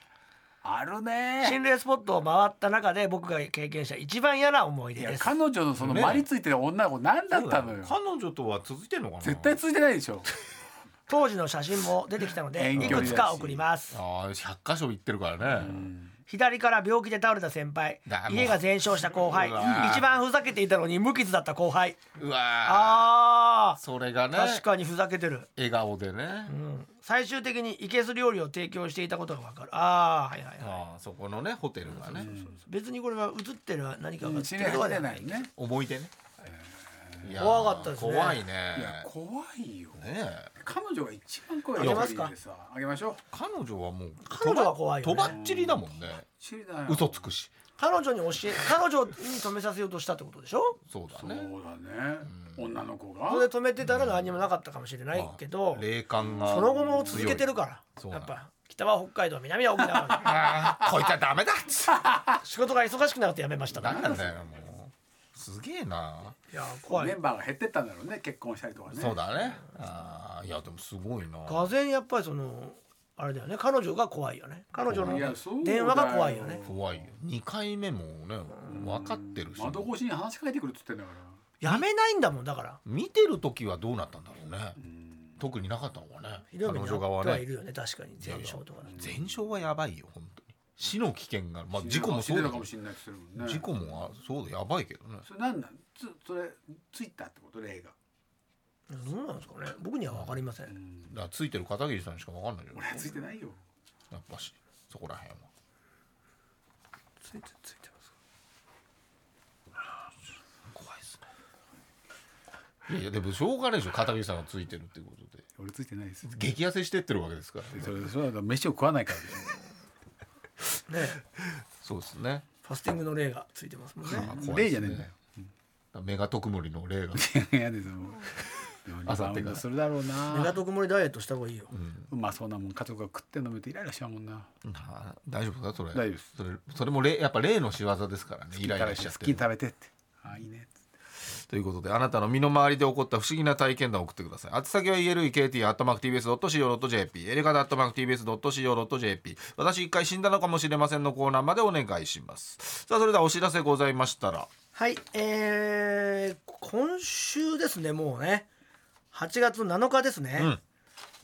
[SPEAKER 4] あるね
[SPEAKER 2] 心霊スポットを回った中で僕が経験した一番嫌な思い
[SPEAKER 4] い
[SPEAKER 2] 出
[SPEAKER 4] や
[SPEAKER 2] です
[SPEAKER 4] 彼女のその
[SPEAKER 3] ね
[SPEAKER 4] まりついてる女の子何だったのよ
[SPEAKER 3] 彼女とは続いてんのかな。
[SPEAKER 4] 絶対ついてないでしょ
[SPEAKER 2] 当時の写真も出てきたのでい
[SPEAKER 4] 遠距離
[SPEAKER 2] く
[SPEAKER 4] だ
[SPEAKER 2] つ
[SPEAKER 4] し
[SPEAKER 2] か送ります
[SPEAKER 3] ああ100箇所行ってるからね。
[SPEAKER 2] 左から病気で倒れた先輩
[SPEAKER 3] だもう
[SPEAKER 2] 家が全焼した後輩
[SPEAKER 3] うわ
[SPEAKER 2] 一番ふざけていたのに無傷だった後輩
[SPEAKER 3] うわあ。
[SPEAKER 2] あー
[SPEAKER 3] それがね。
[SPEAKER 2] 確かにふざけてる、
[SPEAKER 3] 笑顔でね。
[SPEAKER 2] うん、最終的にいけす料理を提供していたことがわかるああはいはいはい
[SPEAKER 3] ああそこのねホテルがね。
[SPEAKER 2] 別にこれは映ってる何かが映って
[SPEAKER 4] 知
[SPEAKER 2] るとかで
[SPEAKER 4] られ
[SPEAKER 2] は
[SPEAKER 4] て
[SPEAKER 2] な
[SPEAKER 4] ないいね
[SPEAKER 3] 思い出ね。いやー
[SPEAKER 2] 怖かったですね
[SPEAKER 3] 怖いね。
[SPEAKER 4] いや怖いよ
[SPEAKER 3] ねえ
[SPEAKER 4] 彼女が一番怖い
[SPEAKER 2] あげ
[SPEAKER 4] よ
[SPEAKER 2] ますか
[SPEAKER 4] でさあげましょう
[SPEAKER 3] 彼女はもう
[SPEAKER 2] 彼女は怖いよね
[SPEAKER 3] とばっちりだもんね。
[SPEAKER 4] 知りだよ
[SPEAKER 3] 嘘つくし。
[SPEAKER 2] 彼女に教え彼女に止めさせようとしたってことでしょ
[SPEAKER 3] そうだ
[SPEAKER 4] そうだ
[SPEAKER 3] ね。
[SPEAKER 4] ね女の子
[SPEAKER 2] それ
[SPEAKER 4] が
[SPEAKER 2] で止めてたら何もなかったかもしれないけど、
[SPEAKER 3] 霊感が
[SPEAKER 2] その後も続けてるから
[SPEAKER 3] そう
[SPEAKER 2] や
[SPEAKER 3] なの
[SPEAKER 2] っぱ北は北海道南は沖縄まで
[SPEAKER 3] ああこいつはダメだっつって
[SPEAKER 2] 仕事が忙しくなってやめました
[SPEAKER 3] 何
[SPEAKER 2] ね
[SPEAKER 3] なんだよもうすげえない
[SPEAKER 2] や怖
[SPEAKER 4] メ
[SPEAKER 2] い
[SPEAKER 4] ンバーが減ってったんだろうね結婚したりとかね
[SPEAKER 3] そうだねああいやでもすごいな
[SPEAKER 2] がぜやっぱりそのあれだよね彼女が怖いよね彼女の
[SPEAKER 4] いやそうだ
[SPEAKER 2] 電話が怖いよね
[SPEAKER 3] 怖いよ2回目もね分かってるし
[SPEAKER 4] 窓越しに話しかけてくるっつってんだから
[SPEAKER 2] やめないんだもんだから
[SPEAKER 3] 見てる時はどうなったんだろうね特になかったのかね
[SPEAKER 2] ひどい
[SPEAKER 3] 彼
[SPEAKER 2] 目に
[SPEAKER 3] 女
[SPEAKER 2] 遭
[SPEAKER 3] 側
[SPEAKER 2] っては
[SPEAKER 3] ね
[SPEAKER 2] いるよね確かに全勝とかだと
[SPEAKER 3] 全焼はやばいよ本当に死の危険がまあ事故も
[SPEAKER 4] 死
[SPEAKER 3] そ
[SPEAKER 4] ん
[SPEAKER 3] う
[SPEAKER 4] で
[SPEAKER 3] だけ
[SPEAKER 4] たかも
[SPEAKER 3] ど
[SPEAKER 4] しれないって言ってるもんね
[SPEAKER 3] 事故もあそうだやばいけどね
[SPEAKER 4] それなんなんつそれツイッターってこと例が
[SPEAKER 2] どうなんですかね僕には分かりません、
[SPEAKER 3] だからついてる片桐さんしか分かんないよ
[SPEAKER 4] 俺はついてないよ
[SPEAKER 3] やっぱしそこら辺は
[SPEAKER 2] ついてついてます
[SPEAKER 3] 怖いですねいやいやでもしょうがないでしょ片桐さんがついてるってことで
[SPEAKER 4] 俺ついてないです
[SPEAKER 3] 激痩せしてってるわけですから
[SPEAKER 4] それそれは飯を食わないからでしょ
[SPEAKER 2] ね
[SPEAKER 3] そうですね
[SPEAKER 2] ファスティングの例がついてますもんね
[SPEAKER 3] あー怖
[SPEAKER 4] 例
[SPEAKER 3] い
[SPEAKER 4] じ
[SPEAKER 3] で
[SPEAKER 4] ゃ
[SPEAKER 3] す
[SPEAKER 4] ねえんだよ
[SPEAKER 3] メガ特盛りの例が
[SPEAKER 4] いやですもう
[SPEAKER 3] あさってから
[SPEAKER 4] リバウンドするだろう
[SPEAKER 2] メガ
[SPEAKER 4] な
[SPEAKER 2] トク盛りダイエットした方がいいよ、
[SPEAKER 4] うまそうなもん家族が食って飲めてイライラしちゃうもんな
[SPEAKER 3] なあ大丈夫かそれ
[SPEAKER 4] 大丈夫です
[SPEAKER 3] それそれも例やっぱ例の仕業ですからねイ
[SPEAKER 4] 好
[SPEAKER 3] ラ
[SPEAKER 4] き
[SPEAKER 3] イ
[SPEAKER 4] に
[SPEAKER 3] ラし
[SPEAKER 4] 食
[SPEAKER 3] ちゃ
[SPEAKER 4] べ
[SPEAKER 3] っててる
[SPEAKER 4] 好きに食べてってあいいね
[SPEAKER 3] ということであなたの身の回りで起こった不思議な体験談を送ってください宛先は elekt.tbs.co.jp エレカ .tbs.co.jp 私一回死んだのかもしれませんのコーナーまでお願いしますさあそれではお知らせございましたら
[SPEAKER 2] はい、えー、今週ですね、もうね、8月7日ですね、
[SPEAKER 3] うん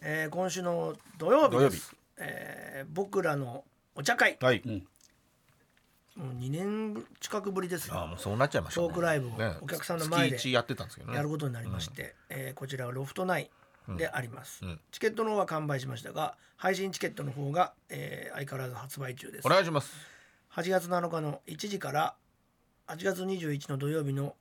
[SPEAKER 2] えー今週の土曜日
[SPEAKER 3] 土曜
[SPEAKER 2] で
[SPEAKER 3] 日
[SPEAKER 2] す、えー僕らのお茶会、
[SPEAKER 3] はい
[SPEAKER 2] もう2年近くぶりですよ
[SPEAKER 3] ああもうそうなっちゃいました、ね。
[SPEAKER 2] トークライブを
[SPEAKER 3] ね
[SPEAKER 2] お客さんの前で
[SPEAKER 3] 月一やってたんですけどね。
[SPEAKER 2] やることになりまして、えーこちらはロフト内であります、
[SPEAKER 3] うん
[SPEAKER 2] チケットの方は完売しましたが、配信チケットの方が、えー相変わらず発売中です
[SPEAKER 3] お。願いします。
[SPEAKER 2] 8月7日の1時から8月21の土曜日の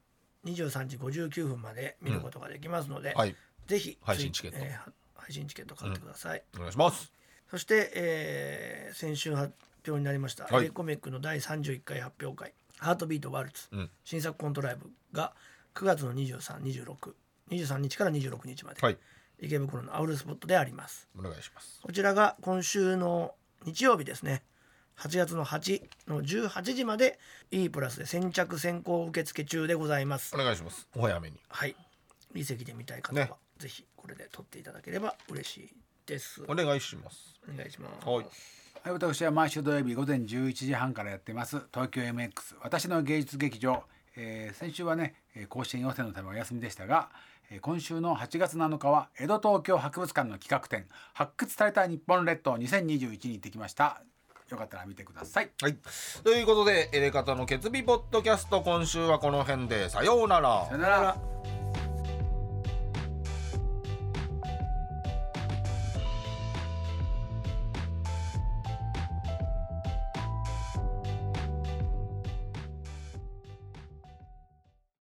[SPEAKER 2] 23時59分まで見ることができますので、
[SPEAKER 3] はい、
[SPEAKER 2] ぜひ
[SPEAKER 3] 配信チケット
[SPEAKER 2] ツイえーは配信チケット買ってください、
[SPEAKER 3] お願いします。
[SPEAKER 2] そして、えー先週発表になりました、
[SPEAKER 3] はい
[SPEAKER 2] エレコミックの第31回発表会「ハートビートワルツ、
[SPEAKER 3] うん
[SPEAKER 2] 新作コントライブ」が9月の232623日から26日まで、
[SPEAKER 3] はい、
[SPEAKER 2] 池袋のアウルスポットであります
[SPEAKER 3] お願いします。
[SPEAKER 2] こちらが今週の日曜日ですね8月の8の18時まで E プラスで先着先行受付中でございます
[SPEAKER 3] お願いします。お早めに。
[SPEAKER 2] はい。いい席で見たい方は、
[SPEAKER 3] ね
[SPEAKER 2] ぜひこれで撮っていただければ嬉しいです。お
[SPEAKER 3] お願いします。
[SPEAKER 2] 願いします。
[SPEAKER 3] はい。
[SPEAKER 4] はい、私は毎週土曜日午前11時半からやってます東京 MX 私の芸術劇場、えー先週はねえー甲子園予選のためお休みでしたがえー今週の8月7日は江戸東京博物館の企画展「発掘された日本列島2021」に行ってきましたよかったら見てください
[SPEAKER 3] はい、ということでエレカタの決備ポッドキャスト今週はこの辺でさようなら
[SPEAKER 4] さよなら